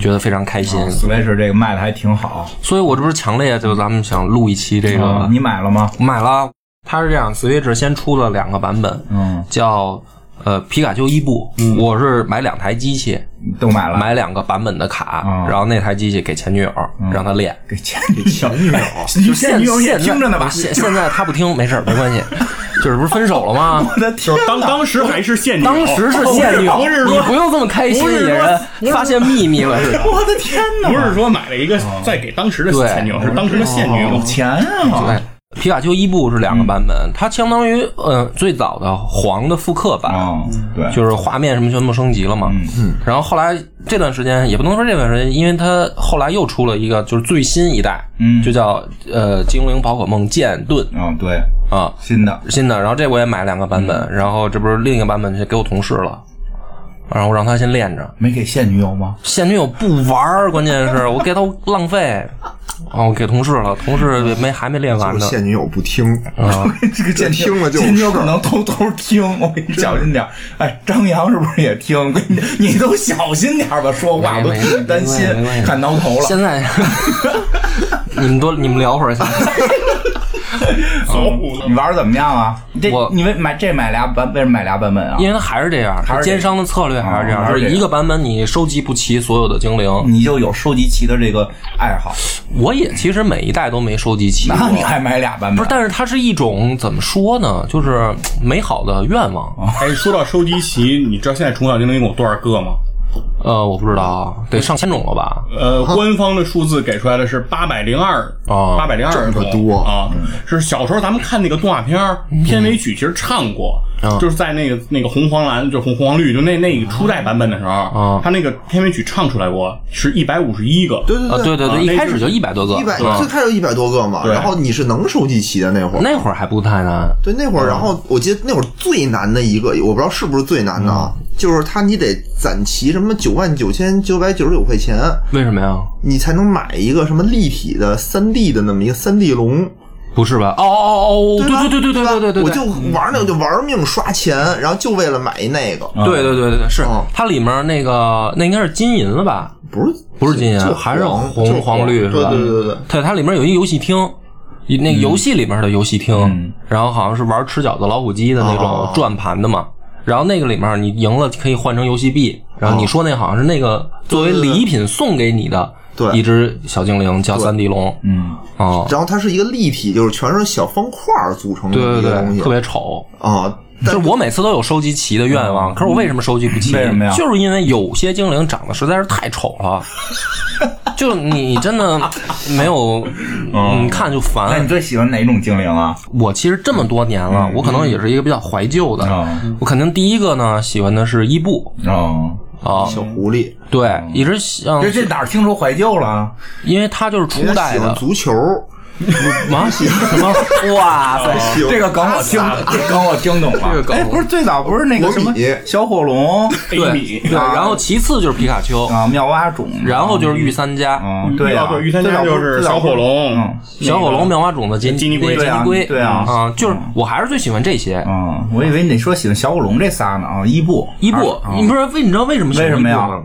S2: 觉得非常开
S4: 哦
S2: 心，
S1: Switch 这个卖的还挺好，
S2: 所以我这不是强烈就咱们想录一期这个
S1: 嗯啊你买了吗？
S2: 买了，它是这样，Switch 先出了两个版本，
S1: 嗯，
S2: 叫呃皮卡丘伊布，我是买两台机器，
S1: 都买了，
S2: 买两个版本的卡，
S1: 嗯
S2: 然后那台机器给前女友，让她练。
S1: 给前前女友，你嗯前女友也
S2: 现啊
S1: 听着呢吧？
S2: 现现在她不听，没事儿没 关系，就是不是分手了吗？
S1: 我的天
S4: 就是当当时还是现女友，
S2: 当时是现女友，
S4: 不是
S2: 你
S4: 说
S2: 不用这么开心，
S4: 不是
S2: 野
S4: 说
S2: 人发现秘密了是吧？
S1: 我的天哪！
S4: 不是说买了一个再给当时的
S2: 对
S4: 前女友，是当时的现女友
S1: 有。钱啊！
S2: 对，皮卡丘伊布是两个版本，它相当于呃最早的黄的复刻版，
S1: 嗯啊，对，
S2: 就是画面什么全部升级了嘛。嗯，然后后来这段时间也不能说这段时间，因为它后来又出了一个就是最新一代，
S1: 嗯
S2: 就叫呃精灵宝可梦剑盾
S1: 嗯，对，
S2: 啊。
S1: 新的
S2: 嗯新的，然后这我也买两个版本，然后这不是另一个版本就给我同事了，然后让他先练着。
S1: 没给现女友吗？
S2: 现女友不玩儿，关键是我给她浪费，啊，我给同事了，同事没还没练完
S3: 我
S2: 呢。
S3: 现女友不听，
S2: 啊
S1: 这个现
S3: 听了就
S1: 现女友
S3: 是
S1: 可能偷偷听，我给你小心点儿。哎，张扬是不是也听？你你都小心点儿吧，说话都
S2: 没没
S1: 替你担心
S2: 没关系没关，系
S1: 看挠头了。
S2: 现在 你们多你们聊会儿去。
S1: 哦你玩的怎么样啊？这
S2: 我
S1: 你为买这买俩版，为什么买俩版本啊？
S2: 因为它还是这样，
S1: 还是这样
S2: 奸商的策略还是这
S1: 哦
S2: 样，
S1: 还
S2: 就是
S1: 这
S2: 是
S1: 样
S2: 一个版本你收集不齐所有的精灵。
S1: 你就有收集齐的这个爱好，
S2: 我也其实每一代都没收集齐过，
S1: 那你还买俩版本？
S2: 不是，但是它是一种怎么说呢？就是美好的愿望。
S4: 哎，说到收集齐，你知道现在虫草精灵一共有多少个吗？
S2: 呃，我不知道啊，得上千种了吧？
S4: 呃，官方的数字给出来的是八百零二
S2: 哦
S4: 八百零二
S3: 这么多
S4: 啊！是小时候咱们看那个动画片儿片尾曲，其实唱过，就是在那个那个红黄蓝，就红红黄绿，就那那个初代版本的时候
S2: 哦，
S4: 他那个片尾曲唱出来过是一百五十一个，
S3: 对对
S2: 啊，对对
S4: 啊
S2: 对，一
S4: 那
S2: 开
S4: 就
S2: 始就一百多个，
S3: 一百
S2: 对吧
S3: 最开始有一百多个嘛，
S4: 对
S3: 然后你是能收集齐的那会儿。
S2: 那会儿还不太难。
S3: 对，那
S2: 嗯
S3: 会儿，然后我记得那会儿最难的一个，我不知道是不是最难的啊，
S2: 嗯
S3: 就是它你得攒齐什么九万九千九百九十九块钱，
S2: 为什么呀？
S3: 你才能买一个什么立体的三 D 的那么一个三 D 龙。
S2: 不是吧？哦哦哦，
S3: 吧
S2: 对对对对
S3: 吧
S2: 对对对，
S3: 我就玩那个，我就玩命刷钱，然后就为了买一那个，
S2: 对对对对对，是
S3: 嗯
S2: 它里面那个那应该是金银了吧？
S3: 不是
S2: 不是金银
S3: 就，
S2: 还是
S3: 黄就
S2: 红黄绿是
S3: 对
S2: 吧？
S3: 对对嗯对。
S2: 对，它里面有一游戏厅，一那个游戏里面的游戏厅，然后好像是玩吃饺子老虎机的那种
S3: 嗯哦
S2: 转盘的嘛。然后那个里面你赢了可以换成游戏币，然后你说那好像是那个作为礼品送给你的
S3: 哦对
S2: 一只小精灵叫三地龙，
S1: 嗯，
S2: 哦，
S3: 然后它是一个立体，就是全是小方块儿组成的
S2: 对对
S3: 一个东
S2: 对，
S3: 西
S2: 特别丑。
S3: 啊。
S2: 就
S3: 但
S2: 是我每次都有收集齐的愿望，可是我为什么收集不齐？
S1: 嗯为什么呀
S2: 就是因为有些精灵长得实在是太丑 了，就你真的没有，嗯你看就
S1: 嗯那
S2: 烦
S1: 你。最喜欢哪种精灵啊？
S2: 我其实这么多年了，我可能也是一个比较怀旧的
S1: 嗯。
S2: 我肯定第一个呢喜欢的是伊布
S1: 哦，
S2: 啊，
S3: 小狐狸，
S2: 对，一直像
S1: 嗯这，这哪儿听出怀旧了？啊
S2: 因为他就是初
S3: 人家
S2: 代
S3: 喜欢
S2: 的
S3: 足球，
S2: 嘛什么？哦
S4: 哦
S2: 哇塞！
S3: 喜欢
S1: 这个梗我听，这梗我听懂了。
S2: 这个梗
S1: 哎，不是最早不是那个什么
S3: 国米
S1: 小火龙
S4: 一
S2: 对
S4: 米
S2: 对，然后其次就是皮卡丘，
S1: 啊，妙蛙种，
S2: 然后就是御三家，
S1: 嗯，对呀
S4: 啊，对，御三家就是嗯小火龙，
S2: 小火龙、，妙蛙种子、杰
S4: 基尼龟
S2: 杰
S1: 对啊
S2: 尼龟，
S1: 对啊
S2: 就是我还是最喜欢这些。
S1: 嗯，我以为你说喜欢小火龙这仨呢啊，伊布，
S2: 伊布，
S1: 啊
S2: 你不知道为你知道为什么喜欢伊布
S1: 为什
S2: 吗
S1: 么呀？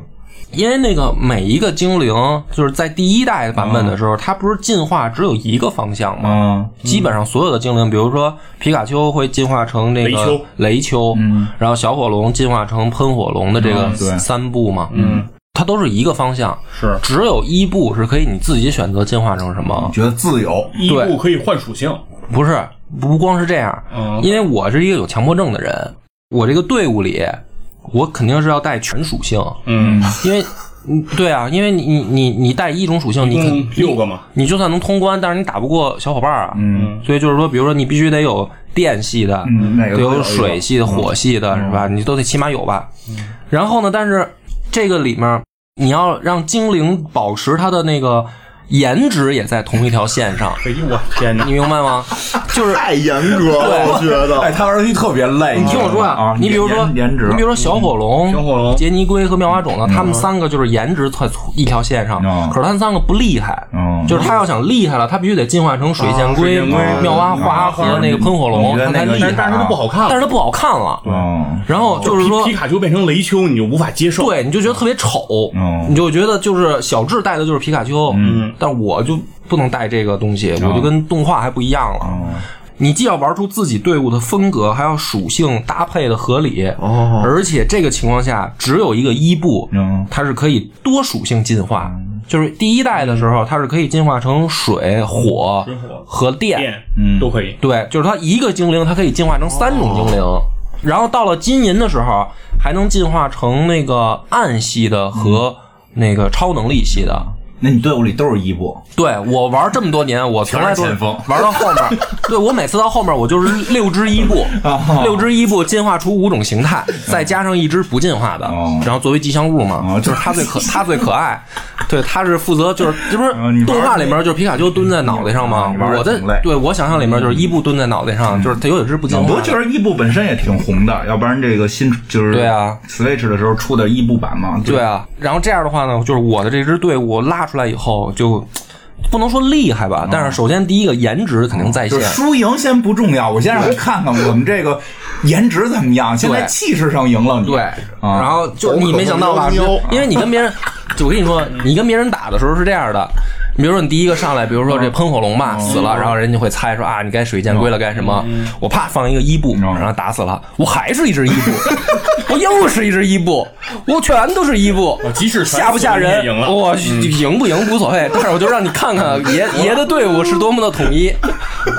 S2: 因为那个每一个精灵，就是在第一代版本的时候，它不是进化只有一个方向吗？
S1: 嗯，
S2: 基本上所有的精灵，比如说皮卡丘会进化成那
S4: 雷
S2: 个
S4: 丘
S2: 雷丘，
S1: 嗯
S2: 然后小火龙进化成喷火龙的这个
S1: 嗯对
S2: 三步嘛，嗯，它都是一个方向，
S4: 是
S2: 只有伊布是可以你自己选择进化成什么，
S1: 啊觉得自由，
S4: 伊
S2: 对
S4: 布可以换属性，
S2: 不是，不光是这样，
S4: 嗯
S2: 因为我是一个有强迫症的人，我这个队伍里，我肯定是要带全属性，
S4: 嗯，
S2: 因为，嗯对啊，因为你你你你带一种属性，你肯
S4: 嗯六个嘛，
S2: 你就算能通关，但是你打不过小伙伴儿啊，
S1: 嗯，
S2: 所以就是说，比如说你必须得有电系的，
S1: 嗯哪个
S2: 得
S1: 都有一
S2: 有
S1: 个
S2: 水系的、火系的，是吧？你都得起码有吧。
S4: 嗯
S2: 然后呢，但是这个里面你要让精灵保持它的那个颜值也在同一条线上，
S4: 哎呦我天哪！
S2: 你明白吗？就是
S3: 太严格了，我觉 得。
S1: 哎，他玩游戏特别累，
S2: 你听我说
S1: 啊，
S2: 你比如说，
S1: 颜颜值，嗯
S2: 你比如说小火龙、
S4: 小火龙
S2: 杰尼龟和妙蛙种呢，他们三个就是颜值在一条线上
S1: 嗯，
S2: 可是他们三个不厉害
S1: 嗯，啊
S2: 就是他要想厉害了，他必须得进化成水箭龟啊
S4: 水箭龟、
S2: 妙蛙花
S1: 花
S2: 和那个喷火
S1: 你
S2: 龙，
S1: 嗯觉得
S2: 他才
S1: 那个
S2: 厉
S1: 厉害啊
S2: 害。
S4: 但是它不好看
S2: 但
S4: 了，
S2: 是他不好看了，
S1: 嗯，
S2: 然后就是
S4: 皮
S2: 说
S4: 皮。卡丘变成雷丘，你就无法接受。
S2: 对，你就觉得特别丑，
S1: 嗯
S2: 你就觉得就是小智带的就是皮卡丘，嗯，但我就不能带这个东西，我就跟动画还不一样了。你既要玩出自己队伍的风格，还要属性搭配的合理，
S3: 哦
S2: 而且这个情况下只有一个伊布，
S1: 嗯
S2: 它是可以多属性进化。就是第一代的时候，它是可以进化成水、火
S4: 火
S2: 和电，
S4: 电都可以，
S2: 对，就是它一个精灵，它可以进化成三种精灵，然后到了金银的时候，还能进化成那个暗系的和那个超能力系的。
S1: 那你队伍里都是伊布，
S2: 对我玩这么多年，我从来都
S1: 全是前锋
S2: 玩到 后面，对我每次到后面我就是六只伊布，
S1: 哦
S2: 六只伊布进化出五种形态，再加上一只不进化的
S1: 嗯哦，
S2: 然后作为吉祥物嘛
S1: 哦，
S2: 就是他最可 他最可爱，对，他是负责就是这不是
S1: 哦你玩
S2: 动画
S1: 这
S2: 里面就是皮卡丘蹲在脑袋上吗
S1: 你玩？
S2: 我在
S1: 挺累
S2: 对我想象里面就是伊布蹲在脑袋上，就是他有点是不进
S1: 我
S2: 化
S1: 嗯不
S2: 的，
S1: 觉得伊布本身也挺红的，要不然这个新就是
S2: 对啊
S1: ，Switch 的时候出的伊布版嘛，就
S2: 对啊，然后这样的话呢，就是我的这支队伍拉出来以后就。不能说厉害吧，但是首先第一个颜值肯定在
S1: 嗯
S2: 线
S1: 就是，输赢先不重要，我先让你看看我们这个颜值怎么样。现在气势上赢了你，啊
S2: 对，
S4: 啊
S2: 然后就是你没想到吧？
S3: 狗可不
S2: 就因为你跟别人，就我跟你说，你跟别人打的时候是这样的。你比如说，你第一个上来，比如说这
S4: 嗯
S2: 喷火龙吧，死了，然后人家会猜说啊，你该水箭龟了，该什么？
S4: 嗯
S2: 我啪放一个伊布，然后打死了，我还是一只伊布， 我又是一只伊布，我全都是伊布
S4: 哦，即使全
S2: 吓不吓人
S4: 死你也赢？了嗯
S2: 我赢不赢无所谓，但是我就让你看 看爷爷的队伍是多么的统一。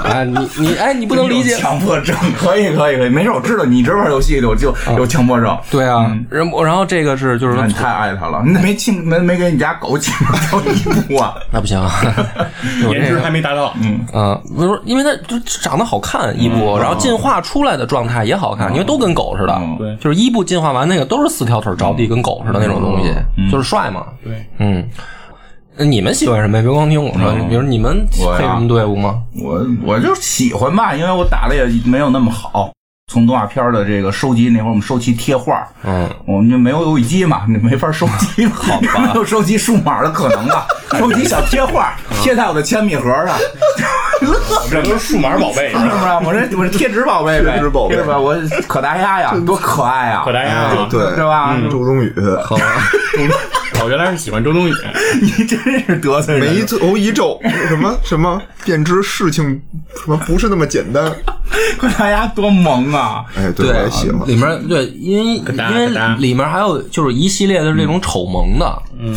S2: 啊，你你哎，你不能理解
S1: 有，强迫症，可以可以可以，没事，我知道你一直玩游戏我就有强迫症。
S2: 嗯对啊，然后然后这个是就是说
S1: 那你太爱他了，你没亲没没给你家狗请到伊布 啊？
S2: 那不行，我
S4: 颜
S2: 这
S4: 值
S2: 个
S4: 还没达到，嗯，
S2: 嗯，不是，因为它就长得好看，伊布，然后进化出来的状态也好看，因为都跟狗似的
S1: 嗯，
S4: 对
S2: 就是伊布进化完那个都是四条腿着地，跟狗似的那种东西，就是帅嘛，
S4: 对，
S2: 嗯。那你们喜欢什么呀？别光听嗯我说，比如你们
S1: 我呀
S2: 配什么队伍吗？
S1: 我我就喜欢吧，因为我打的也没有那么好。从动画片的这个收集那会儿，我们收集贴画儿，
S2: 嗯，
S1: 我们就没有游戏机嘛，你没法收集， 好吧？没有收集数码的可能吧？收集小贴画儿，
S2: 嗯
S1: 贴在我的铅笔盒上，
S4: 这都是数码宝贝，是
S1: 是
S4: 吧
S1: 不是？我 这我这贴纸宝贝哎呗，
S3: 贴纸宝贝
S1: 是吧？我可达鸭呀，多可爱呀，
S4: 可达鸭啊
S3: 对
S1: 是吧？
S3: 嗯周冬雨，
S4: 我原来是喜欢周冬雨，
S1: 你真是得罪人
S3: 眉
S1: 了。
S3: 头一皱，什么什么，便知事情什么不是那么简单。
S1: 可达鸭多萌啊！
S3: 哎，对，我也喜欢。
S2: 里面对，因为
S4: 哒
S2: 因为
S4: 咯哒
S2: 里面还有就是一系列的这种丑萌的，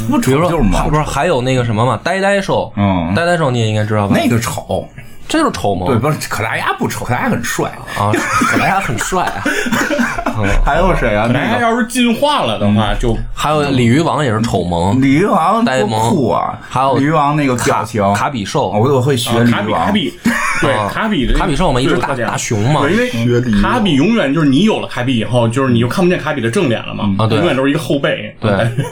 S1: 不嗯
S2: 比
S1: 丑
S2: 如说
S1: 就是
S2: 还
S1: 萌
S2: 不，是还有那个什么嘛，呆呆兽，
S1: 嗯
S2: 呆呆兽你也应该知道吧？
S1: 那个丑，
S2: 这就是丑萌，
S1: 对，不是可达鸭不丑，可达鸭很帅。
S2: 啊，可达鸭很帅啊。
S1: 还有谁啊？
S4: 可达
S1: 那
S4: 鸭
S1: 个
S4: 要是进化了的
S2: 嗯
S4: 话，就
S2: 还有鲤鱼王也是丑萌，
S1: 鲤鱼王
S2: 呆
S1: 多
S2: 萌
S1: 酷啊！
S2: 还有
S1: 鲤鱼王那个表
S2: 卡
S1: 情，
S2: 卡比兽，
S1: 我我会学
S2: 嗯
S4: 啊
S1: 鲤
S4: 卡
S1: 鱼
S4: 比
S1: 王
S4: 卡。 比，对卡比的
S2: 啊卡比兽嘛，一只
S4: 对
S2: 大
S4: 特点
S2: 大熊嘛
S4: 对，，因
S3: 学
S4: 为
S3: 礼
S4: 卡比永远就是你有了卡比以后，就是你就看不见卡比的正脸了嘛，
S2: 啊对
S4: 永远都是一个后背，啊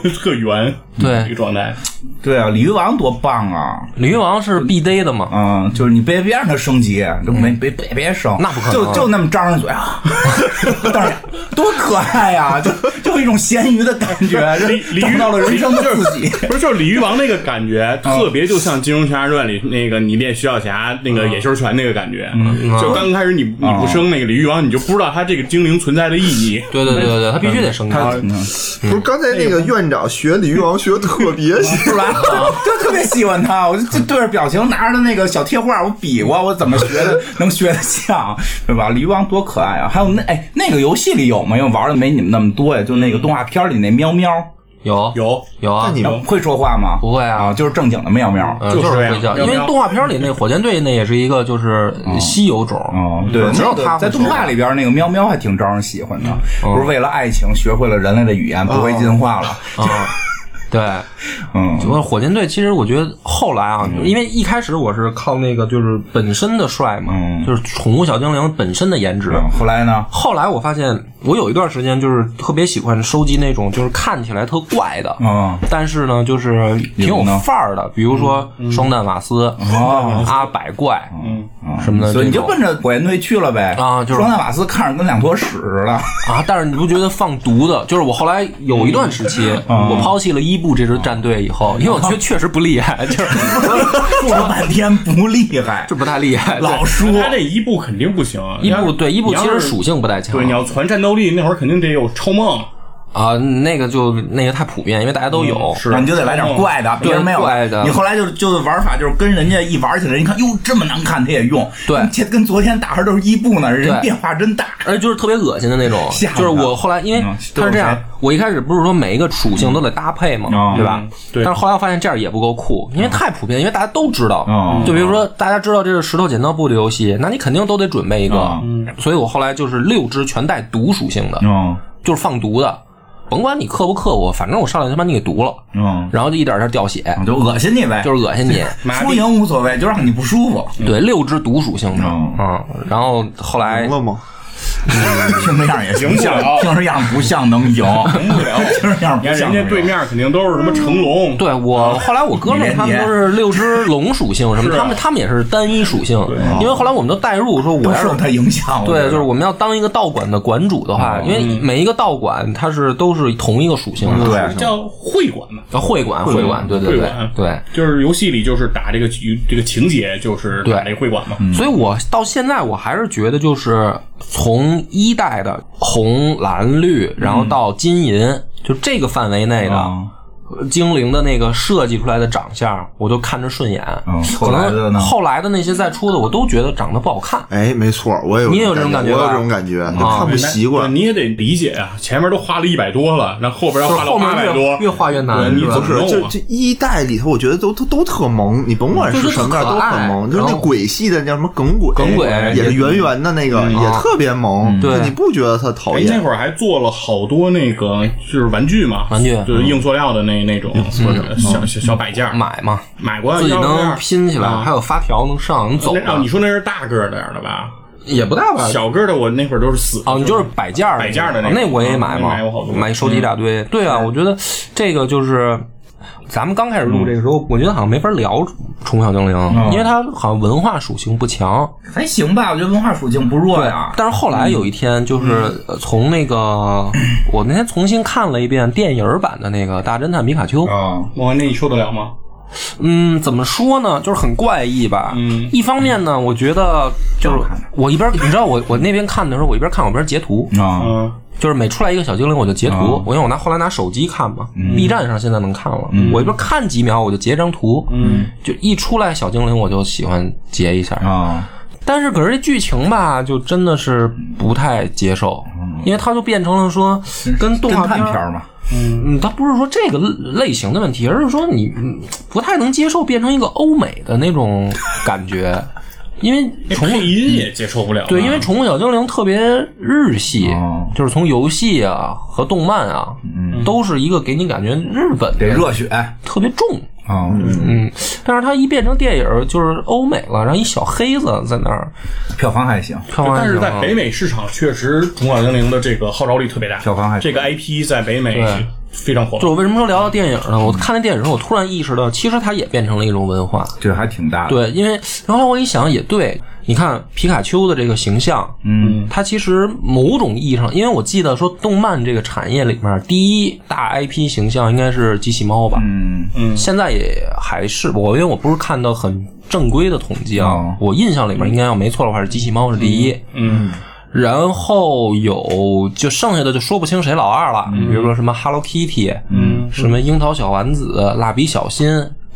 S2: 对，
S4: 特圆，
S2: 对
S4: 一个状态。
S1: 对啊，鲤鱼王多棒啊！
S2: 鲤鱼王是必逮的嘛，
S1: 嗯，就是你别别让他升级，就没别别别升，
S2: 嗯那不可能
S1: 就就那么张着嘴啊， 当然多可爱呀、就就有一种咸鱼的感觉，
S4: 鲤
S1: 就
S4: 鲤
S1: 找
S4: 鱼
S1: 到了人生的
S4: 就是
S1: 自 己。
S4: 不是就是鲤鱼王那个感觉，特别就像《金庸群侠传》里那个你练徐小霞那
S2: 啊
S4: 个野兽拳那个感觉。
S2: 嗯
S4: 就刚开始你你不生那个鲤鱼王，你就不知道它这个精灵存在的意 义。
S2: 对对对对对，它必须得升级。
S1: 嗯
S3: 不是刚才那个院长学鲤鱼王学特别像，
S1: 是吧？ 就特别喜欢他，我就就对着表情，拿着那个小贴画，我比划我怎么学的，能学得像，对吧？驴王多可爱啊！还有那哎，那个游戏里有吗？因为玩的没你们那么多呀，就那个动画片里那喵喵，
S2: 有
S4: 有
S2: 有啊
S3: 那，你
S1: 啊会说话吗？
S2: 不会啊
S1: 啊，就是正经的喵喵。
S2: 嗯，
S4: 就
S2: 就是
S4: 这样
S2: 会叫，因
S4: 要不
S2: 为
S4: 要
S2: 动画片里那火箭队那也是一个就是稀有种，
S1: 哦，对，
S2: 嗯只有
S1: 那个
S2: 他会嗯
S1: 在动画里边那个喵喵还挺招人喜欢的，不是为了爱情学会了人类的语言，不会进化了。
S2: 啊，对。
S1: 嗯，
S2: 我火箭队其实我觉得后来啊，因为一开始我是靠那个就是本身的帅嘛，
S1: 嗯
S2: 就是宠物小精灵本身的颜值。
S1: 嗯后来呢？
S2: 后来我发现，我有一段时间就是特别喜欢收集那种就是看起来特怪的，
S1: 嗯
S2: 但是呢就是挺有范儿的，比如说双蛋瓦斯、
S1: 哦
S2: 阿百怪，
S1: 嗯，
S2: 什么的
S1: 所以你
S2: 这
S1: 就
S2: 种
S1: 奔着火焰队去了呗。
S2: 啊就是
S1: 双蛋瓦斯看着跟两坨屎似 的。
S2: 啊，但是你不觉得放毒的？就是我后来有一段时期，我抛弃了伊布这支战队以后，因为我觉得确实不厉害，就是
S1: 说了半天不厉害哎
S2: 这，不太厉害，对
S1: 老输。
S4: 它这一步肯定不行，啊
S2: 伊布对伊布
S4: 你要
S2: 其
S4: 是
S2: 实属性不太强，
S4: 对你要传战斗力那会儿肯定得有超梦，
S2: 啊，那个就那个太普遍，因为大家都有，
S4: 是
S1: 那你就得来点怪的，别人没有
S2: 嗯怪的
S1: 你后来就就是玩法，就是跟人家一玩起来，你看哟这么难看，他也用。
S2: 对
S1: 你这跟昨天打的都是伊布呢，人家
S2: 对
S1: 变化真大。
S2: 而且就是特别恶心的那种
S1: 吓，人
S2: 就是我后来因为
S1: 嗯
S2: 它是这
S1: 都
S2: 样
S1: 有谁，
S2: 我一开始不是说每一个属性都得搭配嘛，
S1: 嗯
S2: 对吧
S4: 嗯？对
S2: 但是后来我发现这样也不够酷，因为太普遍，因为大家都知道。
S1: 嗯
S2: 就比如说大家知道这是石头剪刀布的游戏，那你肯定都得准备一个。所以我后来就是六只全带毒属性的，
S1: 嗯，
S2: 就是放毒的。甭管你克不克我，反正我上来就把你给毒了，
S1: 嗯，
S2: 然后就一点点掉血，
S1: 我就恶心你呗，
S2: 嗯就是恶心你。
S1: 输赢无所谓，就让你不舒服。
S2: 对，六只毒属性的，
S1: 嗯
S2: 嗯，然后后来
S3: 赢了吗？
S1: 听着样也
S4: 赢不
S1: 像
S4: 了
S1: 听着样不像能赢，
S4: 赢不了。
S1: 听着样
S4: 你
S1: 不
S4: 看
S1: 像能赢
S4: 人家对面肯定都是什么成龙，
S2: 对
S4: 啊
S2: 我后来我哥们儿他们都是六只龙属性什么，
S4: 是啊
S2: 他们他们也是单一属性，因为后来我们都代入说我
S1: 都
S2: 要是
S1: 受他影响。
S2: 对，
S1: 觉得
S2: 就是我们要当一个道馆的馆主的
S4: 哦
S2: 话，因
S4: 嗯
S2: 为每一个道馆它是都是同一个属性的，
S1: 对
S4: 啊叫会馆嘛，
S2: 啊，会馆会馆，对对
S4: 会
S2: 对
S4: 馆
S2: 对。
S4: 就是游戏里就是打这个这个情节，就是打
S2: 对
S4: 这个会馆嘛。
S1: 嗯
S2: 所以我到现在我还是觉得，就是从一代的红蓝绿，然后到金银，就这个范围内的。
S1: 嗯
S2: 呃精灵的那个设计出来的长相，我就看着顺眼。
S1: 嗯后
S2: 可能
S1: 来的呢
S2: 后来的那些再出的，我都觉得长得不好看。
S3: 哎，没错，我也有
S2: 你也有这种感觉
S3: 我有
S2: 吧
S3: 这种感觉，就
S2: 啊
S3: 看不习惯
S4: 对。你也得理解啊，前面都花了一百多了，那后边要
S2: 就是
S4: 花到
S2: 后面
S4: 八百
S2: 越
S4: 多，
S2: 越画越难
S4: 对你
S2: 是吧
S4: 怎
S3: 不
S4: 么
S3: 是，
S4: 弄
S3: 就
S4: 啊
S3: 这一代里头，我觉得都都都特萌，你甭管
S2: 就是是
S3: 什么样
S2: 特
S3: 都
S2: 可
S3: 很
S2: 爱
S3: 萌，就是那
S2: 然后
S3: 鬼系的那叫什么耿鬼，
S2: 耿鬼嗯
S3: 也是圆圆的那个，也特别萌，
S2: 对
S3: 就你不觉得它讨
S4: 哎，那
S3: 厌？
S4: 会儿还做了好多那个就是玩具嘛，
S2: 玩具嗯
S4: 就是硬塑料的那那种嗯小小小摆件儿，
S2: 买嘛，
S4: 买过
S2: 自己能拼起来，
S4: 啊
S2: 还有发条能上能走啊
S4: 那
S2: 的，
S4: 哦，你说那是大个儿的样的吧？
S2: 也不大吧？
S4: 小个儿的我那会儿都是死
S2: 哦，你就是摆件儿，
S4: 摆件儿的那个
S2: 那我也买嘛
S4: 嗯那买过好，多
S2: 买收集一大堆。对啊，我觉得这个就是。咱们刚开始
S4: 嗯
S2: 录这个时候，我觉得好像没法聊《宠物小精灵》因为它好像文化属性不强。
S1: 还行吧，我觉得文化属性不弱
S4: 啊
S1: 呀。
S2: 但是后来有一天，就是
S4: 嗯
S2: 呃从那个、我那天重新看了一遍电影版的那个《大侦探皮卡丘》，
S1: 啊，
S4: 我那你受得了吗？
S2: 嗯，怎么说呢，就是很怪异吧。
S4: 嗯
S2: 一方面呢，我觉得就是
S1: 看
S2: 我一边你知道我我那边看的时候，我一边看我一边截图，
S1: 啊，
S4: 嗯，
S2: 就是每出来一个小精灵，我就截图，
S1: 哦
S2: 我因为我拿后来拿手机看嘛、b
S1: 嗯
S2: 站上现在能看了，我一边看几秒我就截张图，嗯，就一出来小精灵我就喜欢截一下，
S1: 啊，
S2: 但是可是这剧情吧，就真的是不太接受，因为它就变成了说跟动画
S1: 哦侦
S2: 片
S1: 探
S2: 儿
S1: 片儿嘛，
S2: 嗯，它不是说这个类型的问题，而是说你嗯不太能接受变成一个欧美的那种感觉，因 为
S4: 那
S2: 宠物
S4: 配音也接受不了。
S2: 嗯
S4: 啊
S2: 对，因为《宠物小精灵》特别日系，
S4: 嗯
S1: 哦
S2: 就是从游戏啊和动漫啊，都是一个给你感觉日本
S1: 得
S2: 的
S1: 热血啊，
S2: 特别重，
S1: 嗯
S2: 嗯，但是它一变成电影儿就是欧美了，然后一小黑子在那儿，
S1: 票房还行，
S2: 看完啊
S4: 但是在
S2: 了
S4: 北美市场确实《宠物小精灵》的这个号召力特别大，
S1: 票房还
S4: 这个 IP 在北美
S2: 对
S4: 非常火
S2: 就。我为什么说聊到电影呢？我看那电影的时候，我突然意识到，其实它也变成了一种文化。
S1: 这还挺大的。
S2: 对，因为然后我一想也对，你看皮卡丘的这个形象，
S1: 嗯，
S2: 它其实某种意义上，因为我记得说动漫这个产业里面第一大 IP 形象应该是机器猫吧，
S1: 嗯，
S2: 现在也还是我，因为我不是看到很正规的统计啊，
S1: 哦
S2: 我印象里面应该要没错的话是机器猫是第一，
S4: 嗯，
S2: 然后有就剩下的就说不清谁老二了，比如说什么 Hello Kitty，嗯，什么樱桃小丸子、蜡笔小新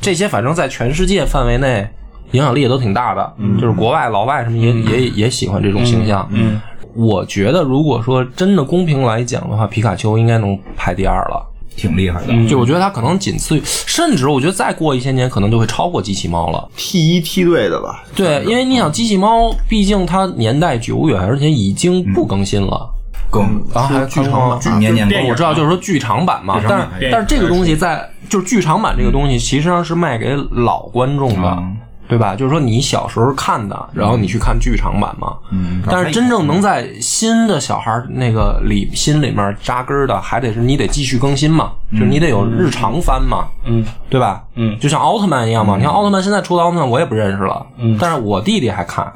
S2: 这些，反正在全世界范围内影响力也都挺大的，就是国外老外什么也、也也喜欢这种形象，嗯。我觉得，如果说真的公平来讲的话，皮卡丘应该能排第二了。
S1: 挺厉害的。
S4: 嗯
S2: 就我觉得它可能仅次于，甚至我觉得再过一些年，可能就会超过机器猫了。
S3: T 一梯队的吧，
S2: 对，因为你想，机器猫毕竟它年代久远，而且已经不更新了。
S1: 更
S4: 嗯
S2: 然后还有
S3: 剧场版
S2: 还有
S1: 年年
S4: 电影
S2: 我知道，就是说啊剧场版嘛，但
S1: 版
S2: 是但是这个东西在就是剧场版这个东西，其实上是卖给老观众的。对吧？就是说你小时候看的，然后你去看剧场版嘛。嗯。但是真正能在新的小孩儿那个里心里面扎根儿的，还得是你得继续更新嘛，就是你得有日常番嘛。嗯。对吧？嗯。就像奥特曼一样嘛，你看奥特曼现在出的奥特曼我也不认识了，嗯。但是我弟弟还看，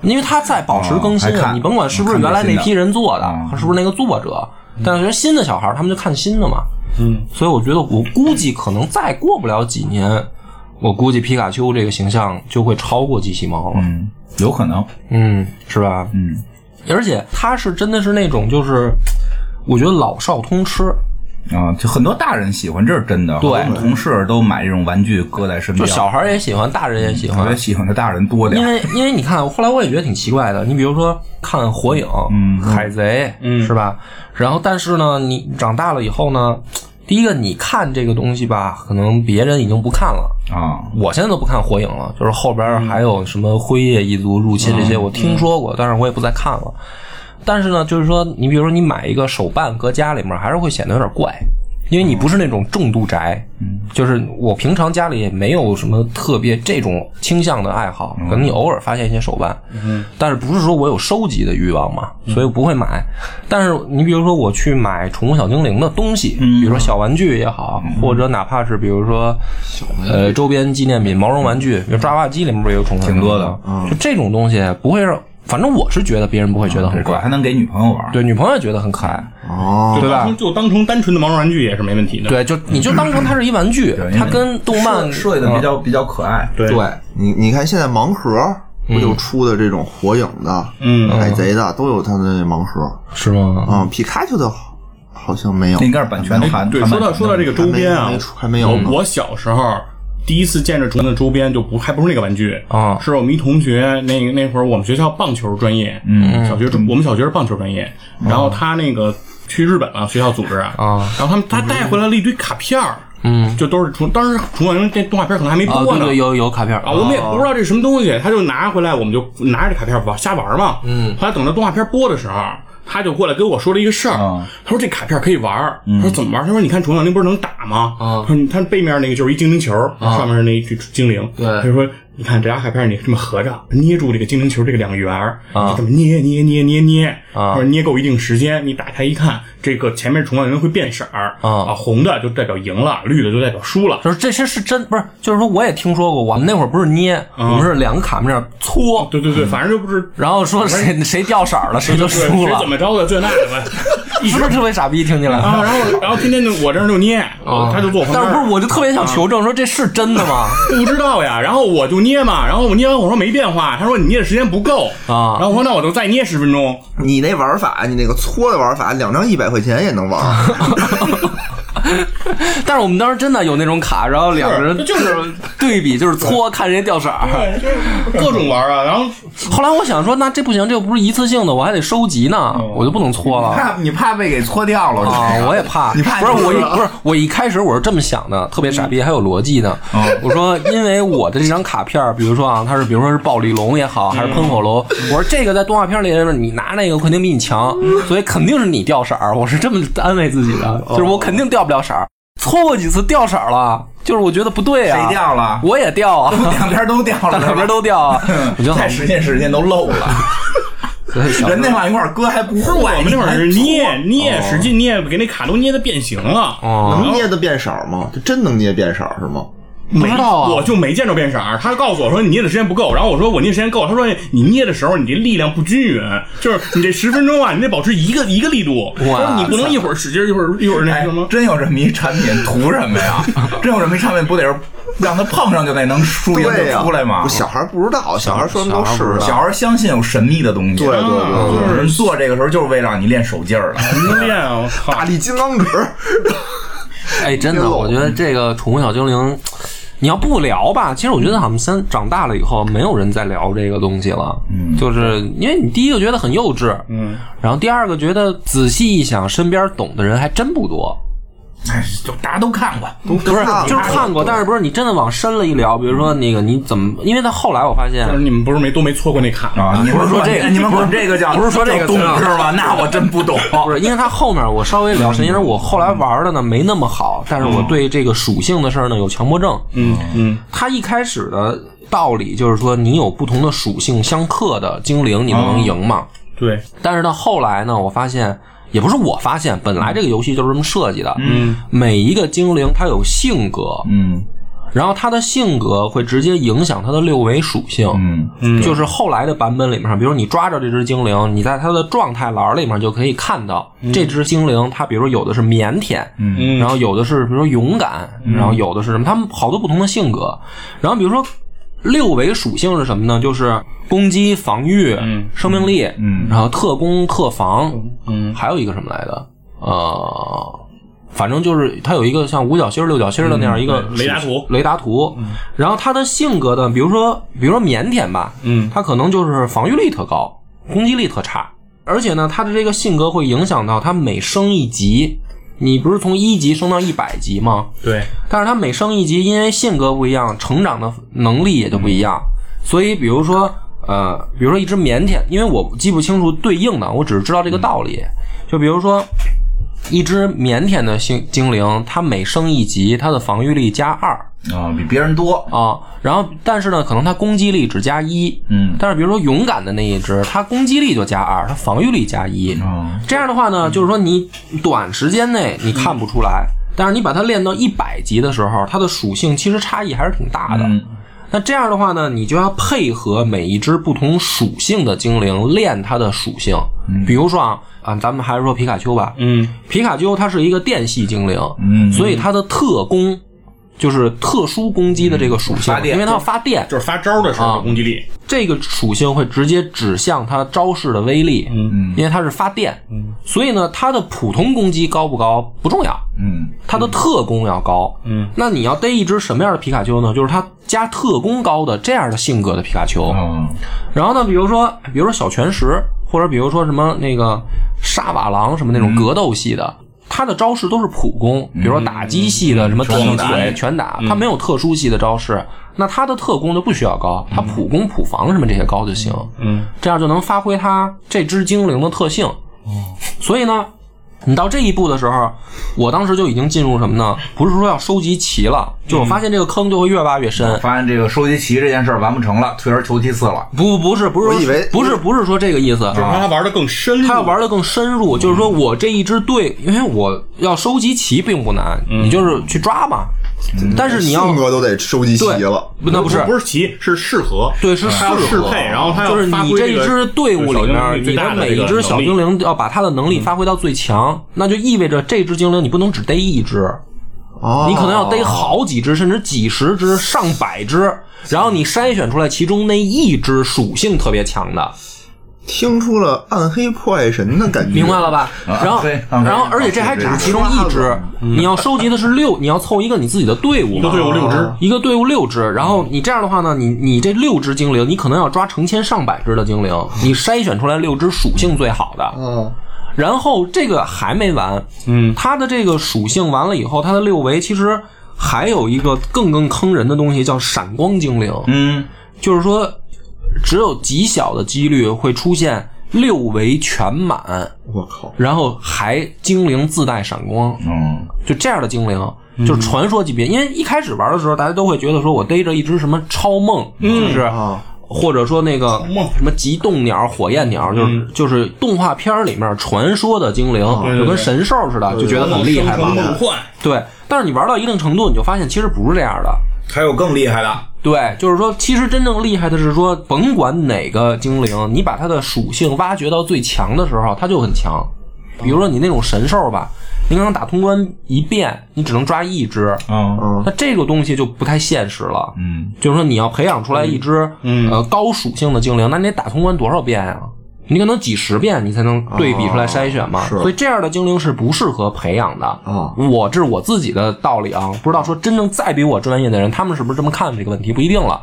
S2: 因为他在保持更新
S1: 哦还
S2: 啊，
S1: 看
S2: 你甭管是不是原来那批人做的
S1: 嗯，
S2: 是不是那个作者，但是觉得新的小孩儿他们就看新的嘛，嗯，所以我觉得我估计可能再过不了几年，我估计皮卡丘这个形象就会超过机器猫了，
S1: 嗯，有可能。
S2: 嗯，是吧？
S1: 嗯，
S2: 而且他是真的是那种就是，我觉得老少通吃，
S1: 啊，就很多大人喜欢，这是真的。
S2: 对
S1: 好多同事都买这种玩具搁在身
S2: 就
S1: 边。
S2: 小孩儿也喜欢，大人也喜
S1: 我
S2: 欢
S1: 觉得，喜欢的大人多点
S2: 因
S1: 儿。
S2: 为因为你看，后来我也觉得挺奇怪的。你比如说看《火影》、海贼》，是吧？然后但是呢，你长大了以后呢，第一个你看这个东西吧，可能别人已经不看了。
S1: 啊，
S2: 我现在都不看《火影》了，就是后边还有什么辉夜一族入侵这些，我听说过，但是我也不再看了。但是呢，就是说，你比如说你买一个手办搁家里面，还是会显得有点怪。因为你不是那种重度宅，就是我平常家里也没有什么特别这种倾向的爱好，可能你偶尔发现一些手办，但是不是说我有收集的欲望嘛，所以我不会买。但是你比如说我去买宠物小精灵的东西，比如说小玩具也好，或者哪怕是比如说呃周边纪念品、毛绒玩具，比如抓娃娃机里面不是也有宠物嗯挺多的，嗯就这种东西不会让，反正我是觉得别人不会觉得很
S1: 对，
S2: 怪，
S1: 还能给女朋友玩。
S2: 对女朋友也觉得很可爱。
S3: 哦，
S4: 就
S2: 对吧
S4: 当成就当成单纯的毛绒玩具也是没问题的。
S2: 对，就你就当成它是一玩具，它跟动漫啊
S1: 设计的比较比较可爱，
S4: 对
S2: 对
S3: 你你看现在盲盒不就出的这种火影的、
S4: 嗯，
S3: 海贼的都有它的那盲盒
S2: 是吗？
S3: 啊，皮卡丘的好好像没有
S1: 那，应该是版权还
S4: 哎对，说到说到这个周边啊
S3: 还没没，出还没有呢。
S4: 我我小时候第一次见着竹子的周边，就不还不是那个玩具
S2: 啊
S4: 是我们一同学那个那会儿我们学校棒球专业，嗯，小学我们小学是棒球专业，然后他那个去日本了，学校组织啊，然后他们他带回来了一堆卡片儿，嗯，就都是虫，当时虫王这动画片可能还没
S2: 啊，
S4: 播
S2: 对
S4: 呢，
S2: 对，有有卡片
S4: 啊，我们也不知道这是什么东西，他就拿回来，我们就拿着这卡片玩瞎玩嘛。嗯，后来等到动画片播的时候，他就过来跟我说了一个事儿，他说这卡片可以玩儿，他说怎么玩儿？他说你看《虫小精灵》不是能打吗？啊，他说你看背面那个就是一精灵球，上面是那一只精灵，
S2: 对
S4: 他就说。你看这俩卡片，你这么合着捏住这个精灵球这个两圆儿，啊，这么捏捏捏捏捏，啊，或者捏够一定时间，你打开一看，这个前面虫小精灵会变色儿，
S2: 啊
S4: 啊，红的就代表赢了，绿的就代表输了，
S2: 就是这些是真不是，就是说我也听说过，我们那会儿不是捏，我们是两个卡面搓，
S4: 嗯对对对，反正就不是
S2: 然后说谁谁掉色儿了，谁就
S4: 对，
S2: 输
S4: 谁
S2: 了
S4: 怎，么着的这那的吧，一
S2: 是
S4: 直
S2: 不是特别傻逼？听起来，啊
S4: 啊，然后然后天天就我这儿就捏，他就坐我
S2: 哦
S4: 旁
S2: 但是
S4: 边
S2: 不是
S4: 儿，啊
S2: 我就特别想求证，说这是真的吗？
S4: 不知道呀，然后我就捏嘛，然后我捏完我说没变化，他说你捏的时间不够
S2: 啊
S4: 然后我说那我就再捏十分钟，
S3: 你那玩法，你那个搓的玩法，两张一百块钱也能玩。
S2: 但是我们当时真的有那种卡，然后两个人
S4: 是就是
S2: 对比，就是搓看谁掉色儿。
S4: 对，就是各种玩儿啊，然后
S2: 后来我想说，那这不行，这又不是一次性的，我还得收集呢，
S4: 哦
S2: 我就不能搓了。
S4: 啊
S1: 怕你怕被给搓掉了，
S2: 啊，我也怕，
S1: 哎你怕
S2: 不是
S1: 你
S2: 我
S1: 是
S2: 一
S1: 吧嗯
S2: 不是我一开始我是这么想的，特别傻逼，还有逻辑呢。
S1: 哦
S2: 我说，因为我的这张卡片儿，比如说啊，它是比如说是暴力龙也好，还是喷火龙，
S1: 嗯
S2: 我说这个在动画片里面你拿那个肯定比你强， 所以肯定是你掉色儿，我是这么安慰自己的，
S1: 哦
S2: 就是我肯定掉不了色儿，搓过几次掉色儿了，就是我觉得不对啊，
S1: 谁掉了
S2: 我也掉啊，
S1: 两边都掉了，
S2: 两边都 掉啊，我觉得好
S1: 再使劲使劲都漏了， 人那往一块儿搁还不
S4: 不是我
S1: 坏，
S4: 们那会儿是
S1: 你还
S4: 捏捏使劲捏，给那卡都捏的变形了，
S2: 哦，
S3: 能捏的变色吗？这真能捏变色是吗？
S4: 没
S2: 知道啊
S4: 我就没见着变色儿。他告诉我说你捏的时间不够，然后我说我捏时间够，他说你捏的时候你这力量不均匀，就是你这十分钟啊，你得保持一个一个力度，
S2: 哇
S4: 他说你不能一会儿使劲儿一会儿一会儿那
S1: 哎
S4: 什么，。
S1: 真有这么一产品，图什么呀？真有这么一产品，不得是让他碰上就得能输赢
S3: 对呀、
S1: 就出来吗
S3: 不？小孩不知道，小孩说什么都是啊的。
S2: 啊
S1: 小孩儿相信有神秘的东西，
S3: 对对对
S1: 嗯有人做这个时候就是为了让你练手劲儿的。
S4: 能练啊！我靠
S3: 大，力金刚指，
S2: 哎，真的，我觉得这个《宠物小精灵》，你要不聊吧，其实我觉得俺们三长大了以后，没有人再聊这个东西了。嗯，就是因为你第一个觉得很幼稚，嗯，然后第二个觉得仔细一想，身边懂的人还真不多。
S1: 哎，就大家都看过，
S2: 不是，
S3: 看过
S2: 就是看过，但是不是你真的往深了一聊，比如说那个你怎么，因为他后来我发现
S4: 但，是你们不是没都没错过那卡吗？
S1: 啊，你
S2: 不是说这个
S1: 你们管这个叫
S2: 不是说这个
S1: 叫懂
S2: 词啊
S1: 是吧？那我真不懂。
S2: 不是，因为他后面我稍微聊深，因为我后来玩的呢没那么好，但是我对这个属性的事儿呢有强迫症，
S4: 嗯嗯，
S2: 它一开始的道理就是说，你有不同的属性相克的精灵，你能赢吗？
S4: 对，
S2: 但是到后来呢，我发现也不是我发现，本来这个游戏就是这么设计的。嗯，每一个精灵它有性格，
S1: 嗯
S2: 然后它的性格会直接影响它的六维属性。
S1: 嗯，
S2: 就是后来的版本里面，比如你抓着这只精灵，你在它的状态栏里面就可以看到、这只精灵，它比如说有的是腼腆，嗯，然后有的是比如说勇敢，然后有的是什么，他们好多不同的性格。然后比如说六维属性是什么呢？就是攻击、防御、生命力，嗯，然后特攻、特防，嗯，还有一个什么来的？呃。反正就是它有一个像五角星儿、六角星儿的那样一个
S4: 嗯对雷达图嗯
S2: 雷达图。然后他的性格呢，比如说，比如说腼腆吧，嗯，他可能就是防御力特高，攻击力特差，而且呢，他的这个性格会影响到他每升一级，你不是从一级升到一百级吗？
S4: 对，
S2: 但是他每升一级，因为性格不一样，成长的能力也就不一样。所以，比如说，呃，比如说一只腼腆，因为我记不清楚对应的，我只是知道这个道理。就比如说，一只腼腆的精精灵，它每升一级，它的防御力加二
S1: 啊，比别人多，
S2: 啊，然后但是呢，可能它攻击力只加一。
S1: 嗯
S2: 但是比如说勇敢的那一只，它攻击力就加二，它防御力加一。
S1: 啊，
S2: 这样的话呢，就是说你短时间内你看不出来，但是你把它练到一百级的时候，它的属性其实差异还是挺大的。
S1: 嗯
S2: 那这样的话呢，你就要配合每一只不同属性的精灵练它的属性。比如说啊啊，咱们还是说皮卡丘吧，
S4: 嗯，
S2: 皮卡丘它是一个电系精灵，
S1: 嗯
S2: 所以它的特攻就是特殊攻击的这个属性，
S1: 发电
S2: 因为它要发电，
S4: 就是发招的时候
S2: 啊
S4: 的攻击力，
S2: 这个属性会直接指向它招式的威力，嗯，因为它是发电，嗯，所以呢，它的普通攻击高不高不重要，
S1: 嗯
S2: 它的特工要高，嗯，那你要逮一只什么样的皮卡丘呢？就是它加特工高的这样的性格的皮卡丘，
S1: 啊，
S2: 然后呢，比如说，比如说小拳石，或者比如说什么那个沙瓦狼什么那种格斗系的，它的招式都是普攻，比如说打击系的、什么踢腿、拳打，它没有特殊系的招式。那它的特攻就不需要高，它普攻、普防什么这些高就行。
S4: 嗯，
S2: 这样就能发挥它这只精灵的特性。所以呢，你到这一步的时候，我当时就已经进入什么呢？不是说要收集齐了，就我发现这个坑就会越挖越深。
S1: 发现这个收集齐这件事儿完不成了，退而求其次了，
S2: 不不是不是说
S3: 我以为
S2: 不是不是说这个意思，啊
S4: 让他玩的更深入。
S2: 他要玩的更深
S4: 嗯
S2: 入，就是说我这一支队，因为我要收集齐并不难，
S4: 嗯
S2: 你就是去抓嘛。但是你要
S3: 性格都得收集齐
S2: 对
S3: 了。，
S2: 不那不是
S4: 不是齐，是适合，
S2: 对是
S4: 他要
S2: 适
S4: 适
S2: 合
S4: 配，然后他要
S2: 就是
S4: 发
S2: 你
S4: 挥
S2: 这一
S4: 个
S2: 支队伍里
S4: 小
S2: 面，
S4: 精灵最
S2: 你
S4: 大
S2: 的
S4: 的
S2: 每一只小精
S4: 灵，
S2: 灵要把它的能力发挥到最
S4: 嗯
S2: 强，那就意味着这只精灵你不能只逮一只，
S3: 哦，
S2: 你可能要逮好几只，甚至几十只、上百只，然后你筛选出来其中那一只属性特别强的，
S3: 听出了暗黑破坏神的感觉，
S2: 明白了吧？
S1: 啊
S2: 然后
S1: 对，啊
S2: 然后，
S1: 对
S2: 而且这还只是其中一只，你要收集的是六，你要凑一个你自己的队伍
S4: 一
S2: 嘛
S4: 个队伍六只，
S2: 一个队伍六只，然后你这样的话呢，你你这六只精灵，你可能要抓成千上百只的精灵，你筛选出来六只属性最好的，
S3: 嗯，
S2: 然后这个还没完，
S4: 嗯，
S2: 它的这个属性完了以后，它的六维其实还有一个更更坑人的东西叫闪光精灵，
S1: 嗯
S2: 就是说只有极小的几率会出现六维全满，
S3: 我靠，
S2: 然后还精灵自带闪光，
S1: 嗯
S2: 就这样的精灵。就是传说级别，因为一开始玩的时候，大家都会觉得说我逮着一只什么超梦，就是、
S3: 啊
S2: 或者说那个
S4: 梦
S2: 什么极冻鸟、火焰鸟，就是就是动画片里面传说的精灵，
S4: 对
S2: 就跟
S4: 对
S2: 神兽似的，就觉得很厉害嘛
S4: 生。成梦幻，
S2: 对，但是你玩到一定程度，你就发现其实不是这样的。
S1: 还有更厉害的，
S2: 对，就是说，其实真正厉害的是说，甭管哪个精灵，你把它的属性挖掘到最强的时候，它就很强。比如说你那种神兽吧，你可能打通关一遍，你只能抓一只，
S1: 嗯
S3: 嗯
S2: 那这个东西就不太现实了。
S1: 嗯，
S2: 就是说你要培养出来一只、呃高属性的精灵，那你得打通关多少遍呀、你可能几十遍你才能对比出来筛选嘛，所以这样的精灵是不适合培养的。
S3: 哦
S2: 我这是我自己的道理啊，不知道说真正再比我专业的人，他们是不是这么看这个问题不一定了。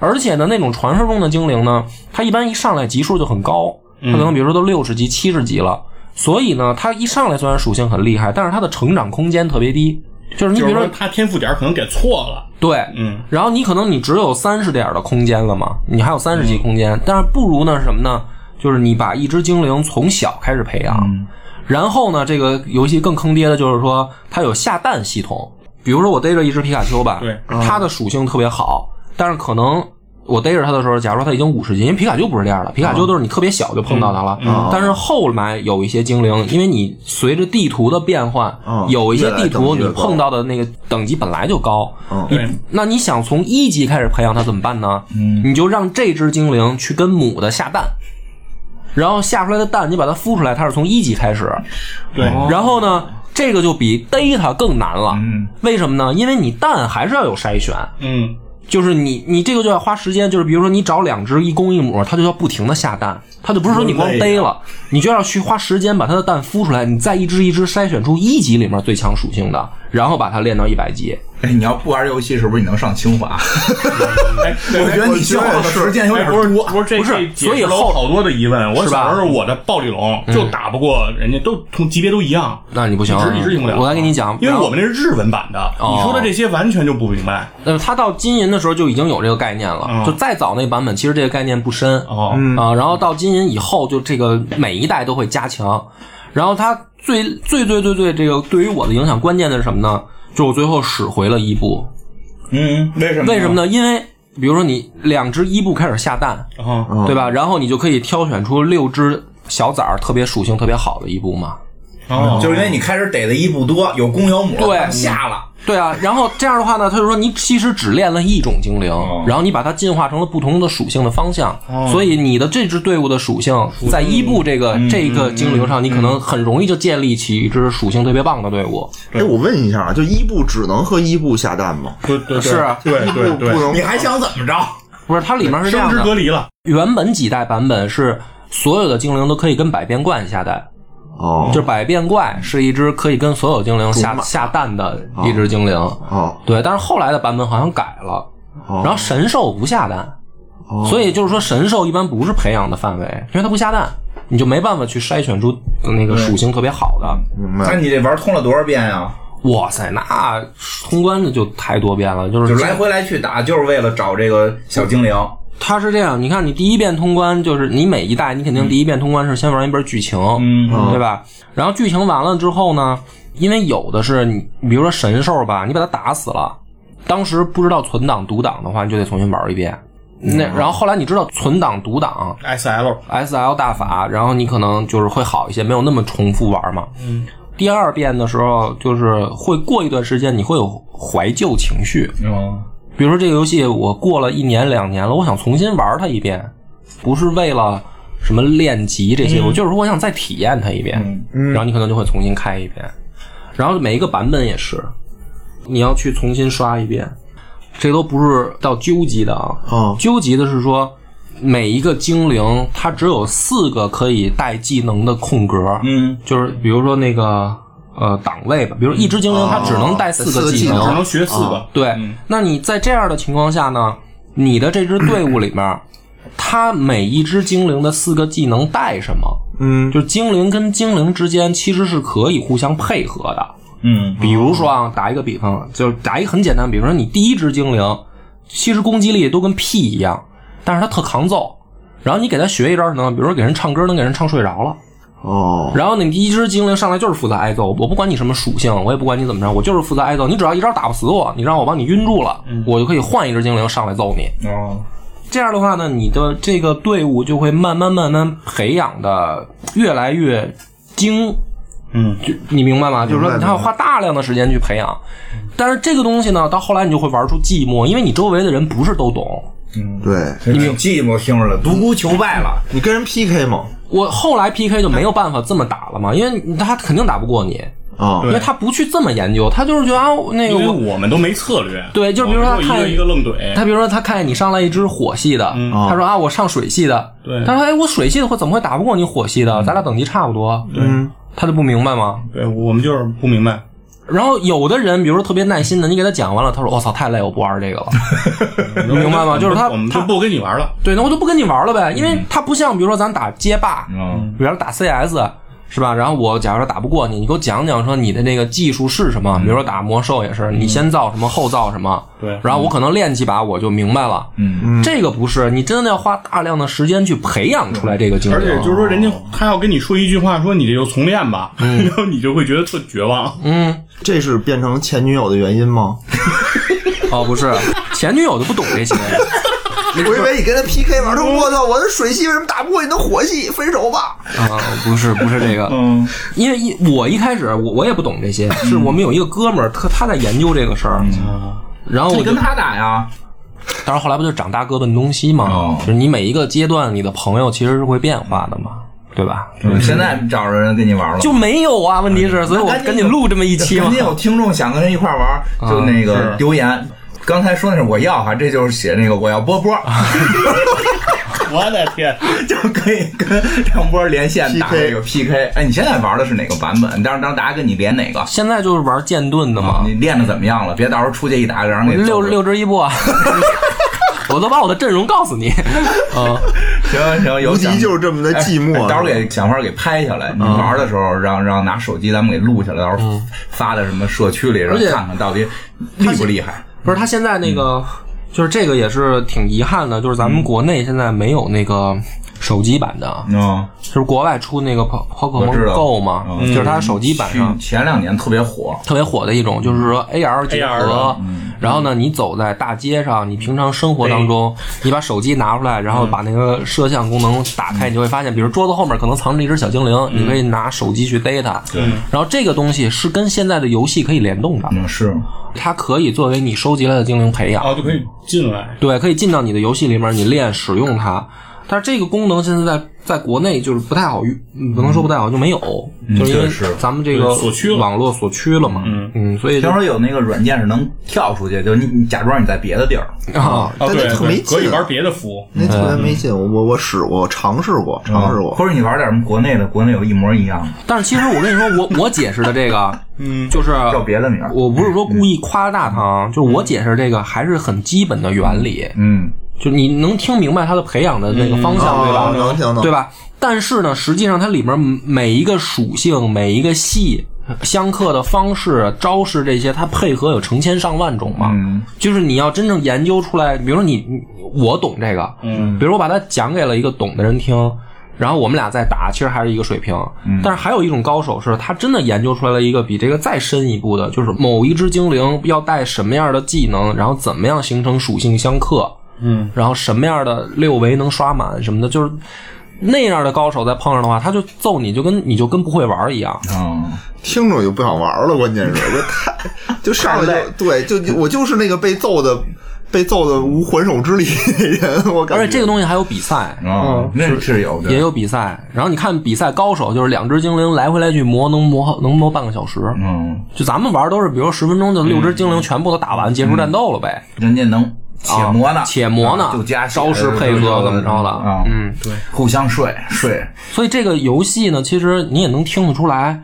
S2: 而且呢，那种传说中的精灵呢，它一般一上来级数就很高，它可能比如说都六十级、七十级了，所以呢，它一上来虽然属性很厉害，但是它的成长空间特别低。就是你
S4: 就
S2: 比
S4: 是
S2: 如说
S4: 说他天赋点可能给错了，
S2: 对，
S4: 嗯，
S2: 然后你可能你只有三十点儿的空间了嘛，你还有三十级空
S4: 嗯
S2: 间，但是不如呢什么呢？就是你把一只精灵从小开始培养，
S4: 嗯
S2: 然后呢，这个游戏更坑爹的就是说它有下蛋系统。比如说我逮着一只皮卡丘吧，
S4: 对，
S2: 它的属性特别好，但是可能我逮着它的时候，假如说它已经五十级，因为皮卡丘不是这样的，皮卡丘都是你特别小就碰到它了。
S4: 嗯
S2: 但是后来有一些精灵，因为你随着地图的变换，
S3: 嗯
S2: 有一些地图
S3: 越
S2: 你
S3: 来越高
S2: 碰到的那个等级本来就高，
S3: 嗯
S4: 对，
S2: 那你想从一级开始培养它怎么办呢？
S3: 嗯
S2: 你就让这只精灵去跟母的下蛋，然后下出来的蛋你把它孵出来，它是从一级开始。
S4: 对，
S3: 哦
S2: 然后呢，这个就比逮它更难了。
S3: 嗯
S2: 为什么呢？因为你蛋还是要有筛选，
S4: 嗯，
S2: 就是你你这个就要花时间，就是比如说你找两只一公一母，它就要不停的下蛋，它就不是说你光
S4: 啊
S2: 逮了，你就要去花时间把它的蛋孵出来，你再一只一只筛选出一级里面最强属性的，然后把它练到一百级。
S1: 哎，你要不玩游戏，是不是你能上清华？我觉得你消耗的时间有点
S4: 哎不是
S1: 多。
S4: 不是这
S2: 不是
S4: 这解
S2: 所以
S4: 释了
S2: 后
S4: 我好多的疑问。我
S2: 是吧嗯
S4: 小时候我的暴力龙就打不过人家，都同级别都一样，
S2: 那你不行，啊
S4: 一直一直赢不了。
S2: 我来跟你讲，
S4: 因为
S2: 然后
S4: 我们那是日文版的，
S2: 哦
S4: 你说的这些完全就不明白。
S2: 呃，他到金银的时候就已经有这个概念了，
S4: 嗯
S2: 就再早那版本其实这个概念不深
S4: 哦
S1: 嗯
S2: 啊，然后到金银以后，就这个每一代都会加强，然后它最最最最最这个对于我的影响关键的是什么呢？就我最后使回了伊布，
S1: 嗯，为什么？
S2: 为什么？呢？因为比如说你两只伊布开始下蛋，
S4: 啊，
S2: 对吧？然后你就可以挑选出六只小崽儿特别属性特别好的伊布嘛，
S4: 哦
S1: 嗯就是因为你开始逮的一不多，有公有母，
S2: 对
S1: 他们下了。
S2: 对啊，然后这样的话呢，他就说你其实只练了一种精灵，然后你把它进化成了不同的属性的方向，所以你的这支队伍的属性在伊布这个、这个精灵上，你可能很容易就建立起一支属性特别棒的队伍。
S3: 哎，我问一下啊，就伊布只能和伊布下蛋吗？
S4: 对对对
S2: 是啊
S4: 对
S3: 伊布
S4: 对对
S3: 不，能
S1: 你还想怎么着？
S2: 不是，它里面是这
S4: 生
S2: 样
S4: 殖
S2: 的，
S4: 隔离了。
S2: 原本几代版本是所有的精灵都可以跟百变怪下蛋，
S3: 哦
S2: 就是百变怪是一只可以跟所有精灵下
S3: 种马
S2: 下蛋的一只精灵。
S3: 哦
S2: 对，但是后来的版本好像改了，
S3: 哦
S2: 然后神兽不下蛋，所以就是说神兽一般不是培养的范围，因为它不下蛋，你就没办法去筛选出那个属性特别好的。
S3: 明
S1: 那
S3: 白。
S1: 你这玩通了多少遍啊呀？
S2: 哇塞，那通关的就太多变了，就是
S1: 就是来回来去打，就是为了找这个小精灵。
S2: 它是这样，你看你第一遍通关就是你每一代，你肯定第一遍通关是先玩一遍剧情，嗯，对吧？然后剧情完了之后呢，因为有的是你，比如说神兽吧，你把它打死了，当时不知道存档读档的话，你就得重新玩一遍。那然后后来你知道存档读档
S4: S L
S2: S L 大法，然后你可能就是会好一些，没有那么重复玩嘛。嗯。第二遍的时候，就是会过一段时间，你会有怀旧情绪。
S1: 嗯，
S2: 比如说这个游戏我过了一年两年了，我想重新玩它一遍，不是为了什么练级这些，我就是我想再体验它一遍，然后你可能就会重新开一遍，然后每一个版本也是，你要去重新刷一遍，这都不是到究极的啊，
S3: 哦
S2: 究极的是说。每一个精灵，它只有四个可以带技能的空格，嗯，就是比如说那个呃档位吧，比如一只精灵它只能带四
S3: 四
S2: 个
S3: 个技
S2: 技能，
S3: 能
S4: 只能学四个，
S2: 对，那你在这样的情况下呢，你的这支队伍里面，它每一只精灵的四个技能带什么？
S3: 嗯，
S2: 就是精灵跟精灵之间其实是可以互相配合的。
S1: 嗯，
S2: 比如说啊，打一个比方，就是打一个很简单的比方，说你第一只精灵其实攻击力都跟屁一样，但是它特抗揍。然后你给它学一招什么呢？比如说给人唱歌，能给人唱睡着了。
S3: 哦，
S2: 然后你第一只精灵上来就是负责挨揍，我不管你什么属性，我也不管你怎么着，我就是负责挨揍。你只要一招打不死我，你让我把你晕住了，
S3: 嗯
S2: 我就可以换一只精灵上来揍你。
S1: 哦，
S2: 这样的话呢，你的这个队伍就会慢慢慢慢培养的越来越精，
S4: 嗯，
S2: 就你明白吗？就是说，
S3: 明白嗯
S2: 你要花大量的时间去培养，但是这个东西呢，到后来你就会玩出寂寞，因为你周围的人不是都懂。
S3: 对
S1: 你挺寂寞，听着了，独孤求败了。
S3: 你跟人 PK 吗？
S2: 我后来 PK 就没有办法这么打了嘛，因为他肯定打不过你，
S3: 啊
S2: 因为他不去这么研究，他就是觉得啊，那个
S4: 因为
S2: 我
S4: 我们都没策略。
S2: 对就是比如说
S4: 我们就
S2: 看
S4: 一个一个愣怼，
S2: 他比如说，他看见你上来一只火系的，他说啊，我上水系的。
S4: 嗯对
S2: 他说哎，我水系的会怎么会打不过你火系的？咱俩等级差不多。嗯，他就不明白吗？
S4: 对我们就是不明白。
S2: 然后有的人，比如说特别耐心的，你给他讲完了，他说我操，太累，我不玩这个 了。你明白吗？就是他
S4: 我们
S2: 他
S4: 就不跟你玩了。
S2: 对，那我就不跟你玩了呗，因为他不像比如说咱打街霸，
S1: 嗯，
S2: 比如说打 CS 是吧？然后我假如说打不过你，你给我讲讲说你的那个技术是什么？比如说打魔兽也是，你先造什么，后造什么。
S4: 对
S2: 然后我可能练几把我就明白了。嗯，这个不是你真的要花大量的时间去培养出来这个精
S4: 而且
S2: 灵。
S4: 就是说，人家他要跟你说一句话，说你这就从练吧，然后你就会觉得特绝望。
S2: 嗯，
S3: 这是变成前女友的原因吗？
S2: 哦，不是，前女友就不懂这些。
S3: 我以为你跟他 PK 玩儿，他说我操，我的水系为什么打不过你的火系？分手吧！
S2: 啊，不是不是这个，嗯，因为一我一开始我我也不懂这些，是我们有一个哥们儿，他他在研究这个事儿，然后我
S1: 你
S2: 就
S1: 跟他打呀？
S2: 但是后来不就长大各奔东西嘛？
S1: 哦
S2: 就是你每一个阶段，你的朋友其实是会变化的嘛，对吧？
S1: 现在找着人跟你玩了。
S2: 就没有啊，问
S1: 哎
S2: 题是，所以我赶紧录这么一期啊嘛
S1: 肯。定有听众想跟人一块玩，就那个
S2: 啊
S1: 留言。刚才说那是我要哈，这就是写那个我要波波。
S4: 我的天！
S1: 就可以跟梁波连线打这个 PK。哎，你现在玩的是哪个版本？当当大家跟你连哪个？
S2: 现在就是玩剑盾的嘛
S1: 你，练的怎么样了？别到时候出去一打给人给
S2: 啊六
S1: 揍了
S2: 六支一部 啊，我都把我的阵容告诉你， 嗯，
S1: 行行，有
S3: 无极
S1: 想
S3: 就是这么的寂
S1: 哎
S3: 寞。
S1: 到时候给想法给拍下来。你
S2: 啊
S1: 玩的时候，让让拿手机咱们给录下来，到时候发到什么社区里，让
S2: 嗯而且
S1: 看看到底厉不厉害。
S2: 不是他现在那
S1: 嗯
S2: 个，就是这个也是挺遗憾的，就是咱们国内现在没有那个手机版的，啊
S1: 嗯，
S2: 就是国外出那个 Po-
S1: 我知
S2: Pokemon
S1: 道
S2: Go 嘛，
S1: 嗯
S2: 就是它手机版上
S1: 去前两年特别火，
S2: 特别火的一种，就是说 AR 结
S4: AR
S2: 合
S4: 的。
S2: 然后呢，你走在大街上，你平常生活当中，你把手机拿出来，然后把那个摄像功能打开，你就会发现，比如桌子后面可能藏着一只小精灵，你可以拿手机去逮它。对。
S4: 嗯
S2: 然后这个东西是跟现在的游戏可以联动的，
S1: 嗯，是
S2: 它可以作为你收集来的精灵培养。
S4: 哦，就可以进来。
S2: 对，可以进到你的游戏里面，你练使用它。但是这个功能现在在在国内就是不太好用，嗯不能说不太好，就没有，就是因为
S1: 确实
S2: 咱们这个
S4: 对所趋了
S2: 网络所趋了嘛，嗯所以就
S1: 听说有那个软件是能跳出去，就是你你假装你在别的地儿，
S2: 啊，
S4: 哦，
S3: 但
S4: 对
S3: 那特，没
S4: 对可以
S3: 劲
S4: 玩别的服
S2: 嗯
S3: 那
S4: 务。
S3: 特别没劲，我我我使过，我尝试过，尝试过。
S1: 或者你玩点什么国内的，国内有一模一样的，
S2: 但是其实我跟你说， 我我解释的这个，嗯，就是
S1: 叫别的名儿。
S2: 我不是说故意夸大它啊，就是我解释这个还是很基本的原理，
S1: 嗯，
S2: 就你能听明白它的培养的那个方向，对吧？
S3: 哦能听能
S2: 对吧？但是呢，实际上它里面每一个属性、每一个系相克的方式、招式这些，它配合有成千上万种嘛。
S1: 嗯
S2: 就是你要真正研究出来，比如说你你我懂这个，嗯，比如我把它讲给了一个懂的人听。然后我们俩再打，其实还是一个水平。但是还有一种高手是，他真的研究出来了一个比这个再深一步的，就是某一只精灵要带什么样的技能，然后怎么样形成属性相克。
S4: 嗯，
S2: 然后什么样的六维能刷满什么的，就是那样的高手再碰上的话，他就揍你，就跟你就跟不会玩儿一样。
S1: 嗯，
S3: 听着我就不想玩了，关键是我太就上来就对，就就我就是那个被揍的被揍的无还手之力的人，我感
S2: 而
S3: 觉
S2: 且这个东西还有比赛，
S1: 哦，那是有的
S2: 也，有比赛。然后你看比赛高手，就是两只精灵来回来去磨，能磨能磨半个小时。
S1: 嗯，
S2: 就咱们玩儿都是，比如十分钟就六只精灵全部都打完，结束战斗了呗。
S1: 人家能且
S2: 啊
S1: 磨呢，
S2: 且磨呢
S1: 啊嗯就加
S2: 招式配合怎么着的
S1: 啊，
S2: 嗯，
S1: 对，互相睡睡，
S2: 所以这个游戏呢，其实你也能听得出来，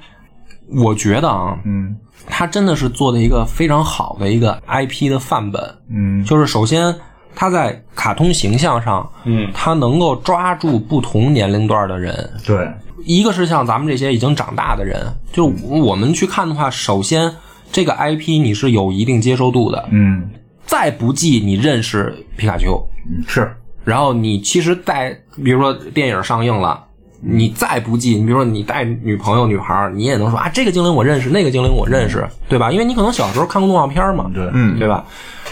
S2: 我觉得啊，
S1: 嗯
S2: 它真的是做的一个非常好的一个 IP 的范本。
S1: 嗯
S2: 就是首先它在卡通形象上，
S4: 嗯，
S2: 它能够抓住不同年龄段的人。
S1: 对，
S2: 一个是像咱们这些已经长大的人，就是我们去看的话，首先这个 IP 你是有一定接受度的，
S1: 嗯
S2: 再不济你认识皮卡丘，
S1: 是，
S2: 然后你其实带，比如说电影上映了。你再不济，你比如说你带女朋友、女孩儿，你也能说啊，这个精灵我认识，那个精灵我认识，对吧？因为你可能小时候看过动画片儿嘛，
S1: 嗯对，
S3: 嗯
S2: 对吧？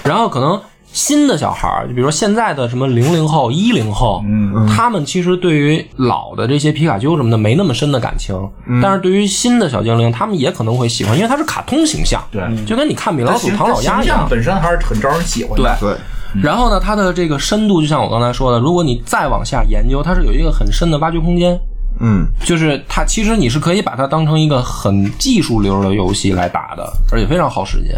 S2: 然后可能新的小孩儿，就比如说现在的什么零零后、一零后，嗯，他们其实对于老的这些皮卡丘什么的没那么深的感情，
S1: 嗯
S2: 但是对于新的小精灵，他们也可能会喜欢，因为它是卡通形象，
S1: 对
S2: 就跟你看米老鼠、
S1: 形
S2: 唐老鸭
S1: 形
S2: 一样
S1: 象。本身还是很招人喜欢的，
S2: 对，
S3: 对
S2: 然后呢，它的这个深度，就像我刚才说的，如果你再往下研究，它是有一个很深的挖掘空间。
S3: 嗯，
S2: 就是它，其实你是可以把它当成一个很技术流的游戏来打的，而且非常耗时间。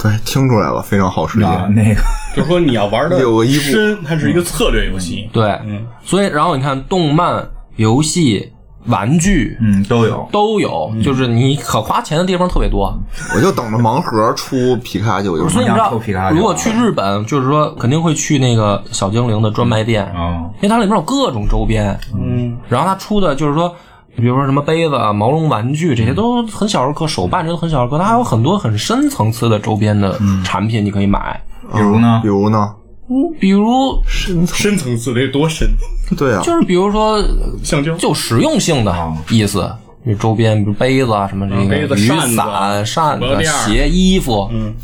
S3: 对，听出来了，非常好吃力。
S1: 啊，那个
S4: 就是说你要玩的
S3: 有个一步
S4: 深，它是一个策略游戏。
S2: 对，所以然后你看，动漫、游戏、玩具
S1: 嗯都有，
S2: 都有，就是你可花钱的地方特别多。
S3: 我就等着盲盒出皮卡丘，有
S2: 所以你知
S1: 像臭皮卡
S2: 道，
S1: 丘
S2: 如果去日本，就是说肯定会去那个小精灵的专卖店，
S1: 哦，
S2: 因为它里面有各种周边，
S4: 嗯，
S2: 然后它出的就是说。比如说什么杯子啊、毛绒玩具
S4: 嗯
S2: 这些都很小儿科，手办这都很小儿科，它还有很多很深层次的周边的
S4: 嗯
S2: 产品你可以买，
S1: 比如呢
S3: 啊比，如呢？
S2: 比如
S4: 深层次得多深？
S3: 对啊，
S2: 就是比如说
S4: 橡胶。
S2: 就实用性的
S4: 啊
S2: 意思。比如周边，比如杯子啊，什么这
S4: 嗯杯
S2: 个
S4: 子
S2: 雨
S4: 扇子
S2: 伞、扇子、
S4: 手表链儿
S2: 鞋、衣服，
S4: 嗯，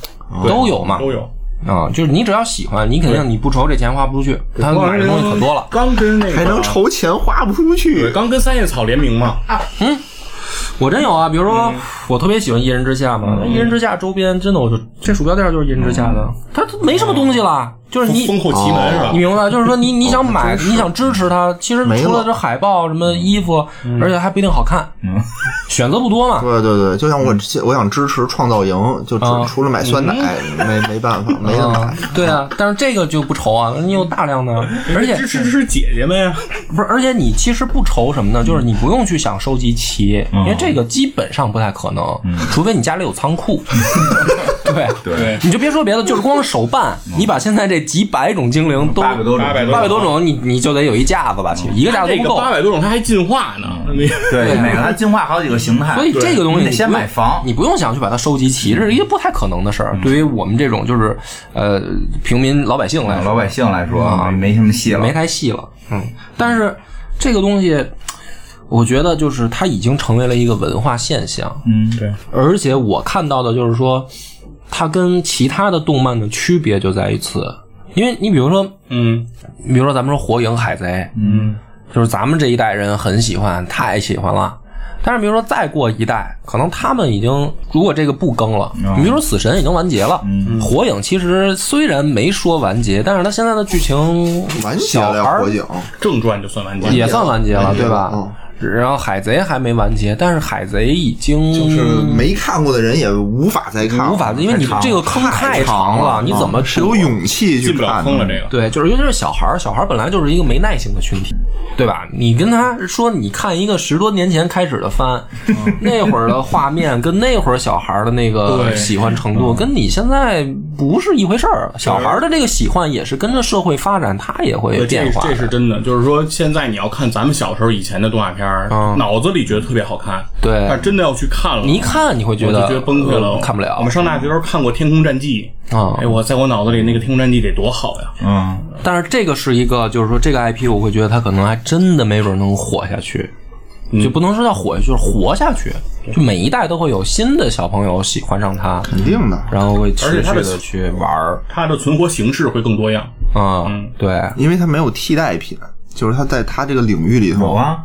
S2: 都有嘛
S4: 都有。
S2: 啊。就是你只要喜欢，你肯定你不愁这钱花不出去，他买的东西可多了。
S4: 刚跟那个
S3: 还能筹钱花不出
S4: 对，
S3: 去。
S2: 啊
S4: 刚跟三叶草联名嘛，
S2: 我真有啊，比如说我特别喜欢嗯一人之下嘛，一人之下周边真的我就这鼠标垫就是一人之下的，它它没什么东西了，就是你哦
S4: 封封后奇门是吧
S2: 你？明白？就是说你你想买，你想支持它，其实
S3: 没
S2: 除了嗯
S3: 了
S2: 这海报什么衣服，而且还不一定好看，选择不多嘛。
S3: 对对对，就像我我想支持创造营，就
S2: 啊
S3: 只除了买酸奶，没没 办法，没得买
S2: 嗯。，对啊，但是这个就不愁啊，你有大量的，而且
S4: 支持支持姐姐们呀，
S2: 不是，而且你其实不愁什么呢？就是你不用去想收集齐，因为这个基本上不太可能，除非你家里有仓 库。嗯对
S1: 对，
S2: 你就别说别的，就是光手办，你把现在这几百种精灵都
S1: 嗯八百多种，嗯
S4: 八百
S2: 八百多种，你你就得有一架子吧，其实一个架子
S4: 这
S2: 都
S4: 个
S2: 不够。
S4: 八百多种，它还进化呢。
S1: 对，每个它进化好几个形态，
S2: 所以这个东
S1: 你
S2: 西你
S1: 得先
S2: 不用
S1: 买房嗯
S2: 你不用想去把它收集齐，这是一个不太可能的事儿。对于我们这种就是呃平民老百姓来
S1: 嗯
S2: 说，
S1: 老百姓来说啊没没什么戏了
S2: 嗯没。太细了。嗯，但是这个东西，我觉得就是它已经成为了一个文化现象，
S1: 嗯，
S2: 而且我看到的就是说，它跟其他的动漫的区别就在于此。因为你比如说，
S4: 嗯，
S2: 比如说咱们说《火影》《海贼》，嗯，就是咱们这一代人很喜欢，太喜欢了。但是比如说再过一代，可能他们已经如果这个不更了，你比如说《死神》已经完结了，火影》其实虽然没说完结，但是它现在的剧情
S3: 完结
S2: 小
S3: 了
S2: 孩
S3: 呀
S2: 儿
S3: 火影，
S4: 正传就算完结，
S2: 也算完结了，
S3: 完结
S2: 对
S3: 了
S2: 吧？
S3: 嗯
S2: 然后海贼还没完结，但是海贼已经
S3: 就是没看过的人也无法再看了，
S2: 嗯无法，因为你这个坑太长了，你怎么
S3: 啊是有
S2: 躲
S3: 勇气去
S4: 进不了
S3: 看
S4: 坑了
S3: 的？
S4: 这个。
S2: 对，就是尤其是小孩儿，小孩儿本来就是一个没耐性的群体，对吧？你跟他说，你看一个十多年前开始的番，
S4: 嗯
S2: 那会儿的画面跟那会儿小孩儿的那个
S4: 对嗯
S2: 喜欢程度，跟你现在不是一回事儿。小孩儿的这个喜欢也是跟着社会发展，他也会
S4: 对，这
S2: 变
S4: 是
S2: 化的。
S4: 这是真的，就是说，现在你要看咱们小时候以前的动画片儿，脑子里觉得特别好看，
S2: 对
S4: 但真的要去看了，
S2: 你一看你会觉
S4: 我就
S2: 得
S4: 觉得崩溃了，
S2: 呃看不了
S4: 我们上大学时候看过《天空战记》
S2: 啊
S4: 哎，我在我脑子里那个《天空战记》得多好呀！
S1: 嗯，
S2: 但是这个是一个，就是说这个 IP，我会觉得它可能还真的没准能火下去，
S4: 嗯
S2: 就不能说叫火下去，就是活下去。就每一代都会有新的小朋友喜欢上它，
S3: 肯定的，
S2: 然后会持
S4: 而且
S2: 续
S4: 它的
S2: 的去玩儿
S4: 它的存活形式会更多样，
S2: 啊、对，
S3: 因为它没有替代品，就是它在它这个领域里
S1: 有
S3: 头，
S1: 啊，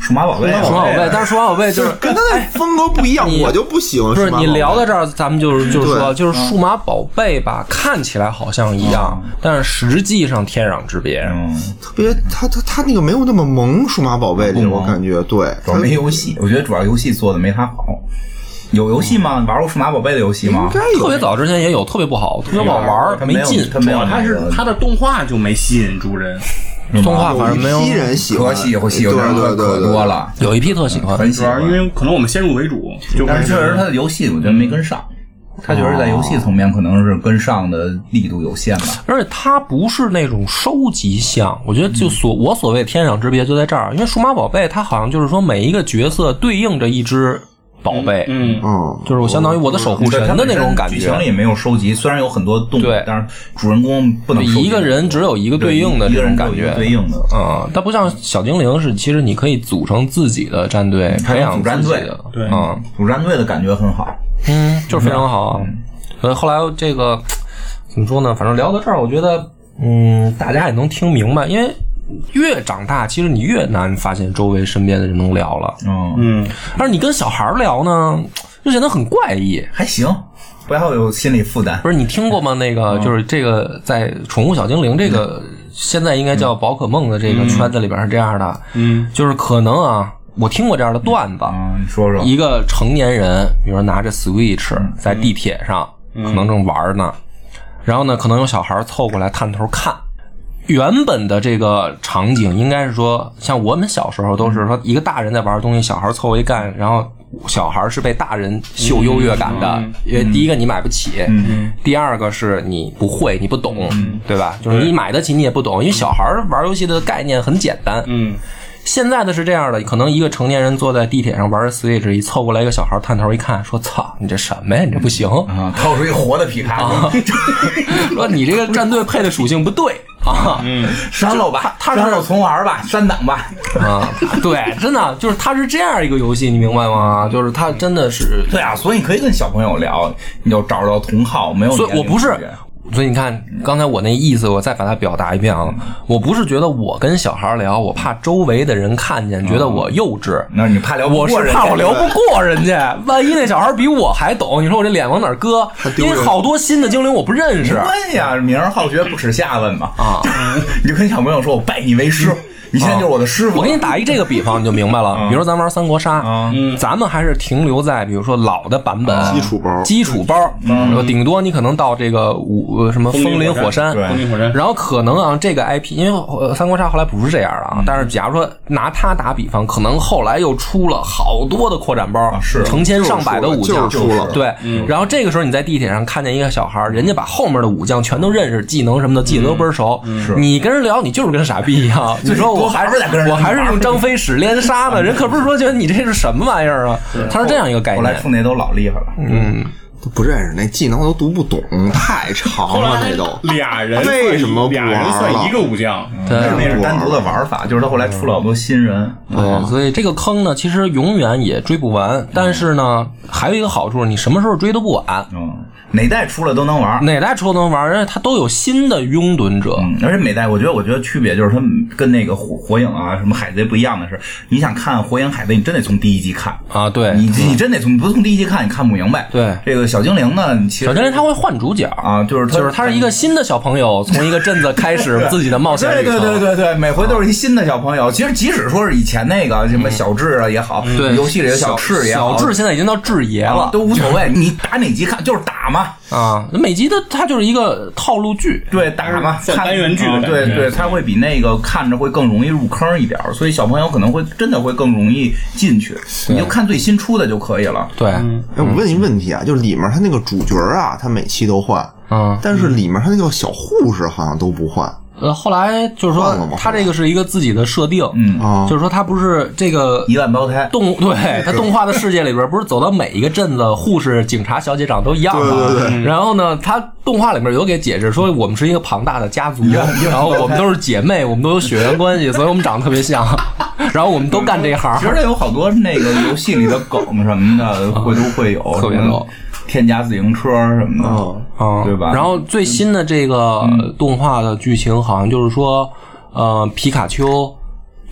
S1: 数码宝贝啊，
S2: 数码宝贝，但是数码宝贝 就是。
S3: 跟它的风格不一样，
S2: 哎你
S3: 我就不喜欢
S2: 不
S3: 数
S2: 是
S3: 码宝贝。
S2: 你聊到这儿，咱们就是就是说，
S3: 对
S2: 就是数码宝贝吧，看起来好像一样，但是实际上天壤之别。
S1: 嗯，
S3: 特别，它它它那个没有那么萌，数码宝贝里
S1: 不萌
S3: 我感觉对，
S1: 主要
S3: 它
S1: 没游戏，我觉得主要游戏做的没它好。有游戏吗？玩过数码宝贝的游戏吗
S3: 应？该有
S2: 特别早之前也有特别不好，特别不好玩儿，
S1: 它没有
S2: 劲。
S1: 它没有那
S4: 它是
S1: 个
S4: 它的动画就没吸引住人，
S2: 动画反
S3: 有
S2: 正没有
S3: 一批，人喜欢，
S1: 可喜可喜，
S3: 对
S1: 有点
S3: 对对
S1: 可
S3: 对，
S1: 多了，
S2: 有一批特喜欢，
S1: 很喜
S4: 主要
S1: 欢
S4: 是因。为可能我们先入为主，就嗯
S1: 但是确实，他的游戏我觉得没跟上，他觉得在游戏
S2: 哦
S1: 层面可能是跟上的力度有限吧。
S2: 而且它不是那种收集项，我觉得就所、我所谓天壤之别就在这儿，因为数码宝贝它好像就是说每一个角色对应着一只宝贝，
S4: 嗯，
S3: 嗯，
S2: 就是我相当于我的守护神
S1: 它
S2: 的
S1: 本
S2: 那
S1: 身
S2: 种感
S1: 剧情里
S2: 觉。
S1: 也没有收集，虽然有很多动物
S2: 对，
S1: 但是主人公不能
S2: 对，
S1: 收集
S2: 一个人只有一个对应的
S1: 一
S2: 这
S1: 个
S2: 种
S1: 人
S2: 感
S1: 有一个
S2: 觉，
S1: 对应的。
S2: 嗯，它不像小精灵是，其实你可以组成自己的战队，
S1: 还
S2: 培
S1: 有嗯
S2: 养
S1: 组战
S2: 自己
S1: 队
S2: 的，
S4: 对
S2: 嗯
S1: 主战队的感觉很好，
S2: 嗯，就是非常好啊。所以后来这个怎么说呢？反正聊到这儿，我觉得嗯，大家也能听明白，因为越长大，其实你越难发现周围身边的人能聊了。
S1: 嗯，
S2: 但是你跟小孩儿聊呢，就显得很怪异。
S1: 还行，不要有心理负担
S2: 不。是你听过吗？那个就是这个在《宠物小精灵》这个现在应该叫宝可梦的这个圈子里边是这样的，嗯，就是可能啊，我听过这样的段子，
S1: 嗯，你说说，
S2: 一个成年人，比如说拿着 Switch 在地铁上，可能正玩呢，然后呢，可能有小孩凑过来探头看。原本的这个场景应该是说，像我们小时候都是说，一个大人在玩东西，小孩凑一干，然后小孩是被大人秀优越感的，因为第一个你买不起，第二个是你不会，你不懂，对吧？就是你买得起，你也不懂，因为小孩玩游戏的概念很简单，
S4: 嗯，
S2: 现在的是这样的，可能一个成年人坐在地铁上玩 Switch，一凑过来一个小孩探头一看，说：“操，你这什么呀？你这不行！
S1: 啊，掏出一活的皮卡 丘，
S2: 说你这个战队配的属性不对啊！”
S1: 删了吧，
S2: 他是
S1: 删了重玩吧，删档吧。
S2: 啊，对，真的就是它是这样一个游戏，你明白吗？就是它真的是，
S1: 对啊，所以可以跟小朋友聊，你就找着同好，没有
S2: 所以我
S1: 年龄
S2: 不是
S1: 区别。
S2: 所以你看，刚才我那意思，我再把它表达一遍
S1: 嗯
S2: 啊。我不是觉得我跟小孩聊，我怕周围的人看见，觉得我幼稚。
S1: 嗯那你怕聊不
S2: 我
S1: 过
S2: 是
S1: 人
S2: 怕
S1: 家
S2: 我聊不过人家，万一那小孩比我还懂，你说我这脸往哪儿搁？
S3: 丢
S2: 因
S3: 人
S2: 为好多新的精灵我不认识。
S1: 问呀，啊名儿好学不耻下问嘛
S2: 啊！ 嗯
S1: 你就跟小朋友说，我拜你为师，你现在就是我的师傅。
S2: 啊我给你打一这个比方，你就明白了。比如咱玩三国杀，
S1: 嗯
S2: 咱们还是停留在比如说老的版本，
S3: 基础包
S2: 基础包，嗯、顶多你可能到这个五呃什么风林火山，
S1: 对
S4: 风林火山
S2: 然后可能啊，这个 IP，因为呃三国杀后来不是这样了啊，
S1: 嗯
S2: 但是假如说拿它打比方，可能后来又出了好多的扩展包，
S1: 啊是嗯
S2: 成千上百的武将
S3: 就是出了
S2: 对，然后这个时候你在地铁上看见一个小孩儿，人家把后面的武将全都认识，技能什么的记得都倍儿熟，
S1: 嗯
S2: 你跟人聊，你就是跟傻逼一样，你说我
S1: 多
S2: 还
S1: 玩点跟人
S2: 我还是用张飞使连杀 呢，人可不是说觉得你这是什么玩意儿啊，他是这样一个概
S1: 后来
S2: 念。
S1: 出那都老厉害了，
S2: 嗯
S3: 都不认识，那技能都读不懂，太长了，那都。
S4: 俩人算
S3: 为什么不
S4: 俩人
S3: 玩了
S4: 算一个武将？
S2: 对
S1: 那是单独的玩法，就是他后来出了好多新人。
S2: 对，所以这个坑呢，其实永远也追不完。但是呢，还有一个好处，你什么时候追都不晚。
S1: 嗯，哪代出了都能玩。
S2: 哪代出都能玩，而且它都有新的拥趸者。
S1: 嗯，而且每代我觉得，我觉得区别就是他们跟那个火火影啊、什么海贼不一样的是，你想看火影海贼，你真得从第一集看。
S2: 啊，对，
S1: 你你真得从不从第一集看，你看不明白。
S2: 对
S1: 这个小精灵呢，你其实
S2: 小精灵他会换主角
S1: 啊，就是他
S2: 就是他是一个新的小朋友，从一个镇子开 始自己的冒险
S1: 对
S2: 旅程。
S1: 对对对对，每回都是一新的小朋友。其实即使说是以前那个什么小智啊也好，
S2: 嗯对
S1: 游戏里的
S2: 小
S1: 智也好，
S2: 小智现在已经到智爷
S1: 啊
S2: 了
S1: 都无所谓，你打哪集看就是打嘛，
S2: 啊！每集的它就是一个套路剧，
S1: 对打嘛，
S4: 算
S1: 看
S4: 单元剧的
S1: 啊
S4: 感觉
S1: 对对，它会比那个看着会更容易入坑一点儿，所以小朋友可能会真的会更容易进去。你就看最新出的就可以了。
S2: 对，
S3: 哎，我问一问题啊，就是里面他那个主角啊，他每期都换，
S2: 嗯，
S3: 但是里面他那个小护士好像都不换
S2: 呃，后来就是说
S3: 忘了吧
S2: 它这个是一个自己的设定，
S1: 嗯，
S3: 啊
S2: 就。是说它不是这个
S1: 一万胞胎，
S2: 动 对他动画的世界里边，不是走到每一个镇子，护士、警察、小姐长都一样吗？
S3: 对
S1: 嗯
S3: 对
S2: 然后呢，他动画里面有给解释说，我们是一个庞大的家族，然后我们都是姐妹，我们都有血缘关系，所以我们长得特别像，然后我们都干这行
S1: 其。实有好多那个游戏里的梗什么的，会都会有，
S2: 特别
S1: 什么
S2: 逗
S1: 添加自行车什么的，
S2: 嗯
S1: 对吧？嗯
S2: 然后最新的这个动画的剧情好像就是说，呃，皮卡丘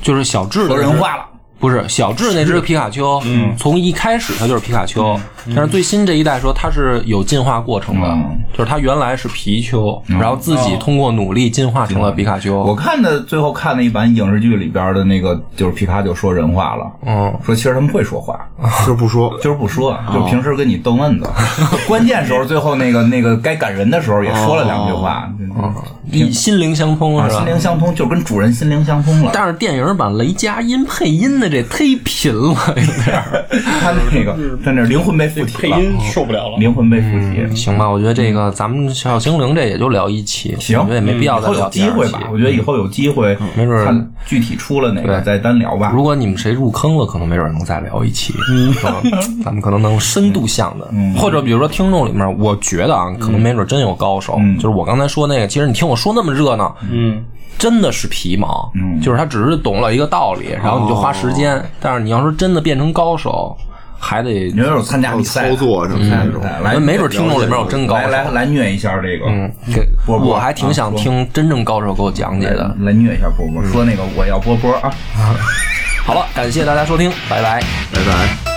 S2: 就是小智的
S1: 说人化了。
S2: 不是小智那只皮卡丘，
S1: 嗯
S2: 从一开始它就是皮卡丘，但是最新这一代说它是有进化过程的，
S1: 嗯哦
S2: 就是它原来是皮丘，然后自己通过努力进化成了皮卡丘。
S1: 我看的最后看的一版影视剧里边的那个，就是皮卡就说人话了，
S2: 嗯，
S1: 说其实他们会说话，
S3: 就是不说，
S1: 就是不说，就平时跟你逗闷子，关键时候最后那个那个该感人的时候也说了两句话，
S2: 一心灵相通
S1: 啊，
S2: 是吧
S1: 心？灵相通，就跟主人心灵相通了。
S2: 但是电影版雷佳音配音的这忒贫了， 有点儿。
S1: 他那个在那灵魂被附体
S4: 配
S1: 了，
S4: 音受不了了。
S1: 灵魂被附体。
S2: 行吧，我觉得这个咱们小精灵这也就聊一期，
S1: 行嗯
S2: 我觉得也没必要
S1: 以
S2: 再
S1: 后
S2: 聊
S1: 有
S2: 第二
S1: 机
S2: 期
S1: 会吧，我觉得以后有机会，
S2: 没准儿
S1: 看具体出了哪个
S2: 对
S1: 再单聊吧。
S2: 如果你们谁入坑了，可能没准能再聊一期，嗯，咱们可能能深度向的，或者比如说听众里面，我觉得啊，可能没准真有高手，就是我刚才说那个，其实你听我说那么热闹，
S4: 嗯，
S2: 真的是皮毛，就是他只是懂了一个道理，然后你就花时间，但是你要说真的变成高手，还得
S1: 你。要有参加比赛
S3: 操
S1: 的，
S3: 作什么的那种。
S1: 来来
S2: 没准听众里面有真高
S1: 来
S2: 手，
S1: 来来虐一下这个，
S2: 嗯，给
S1: 波波
S2: 我还挺想听真正高手给我讲解的。
S1: 来虐一下波波，说那个我要波波啊。
S2: 好了，感谢大家收听，拜拜。
S3: 拜拜。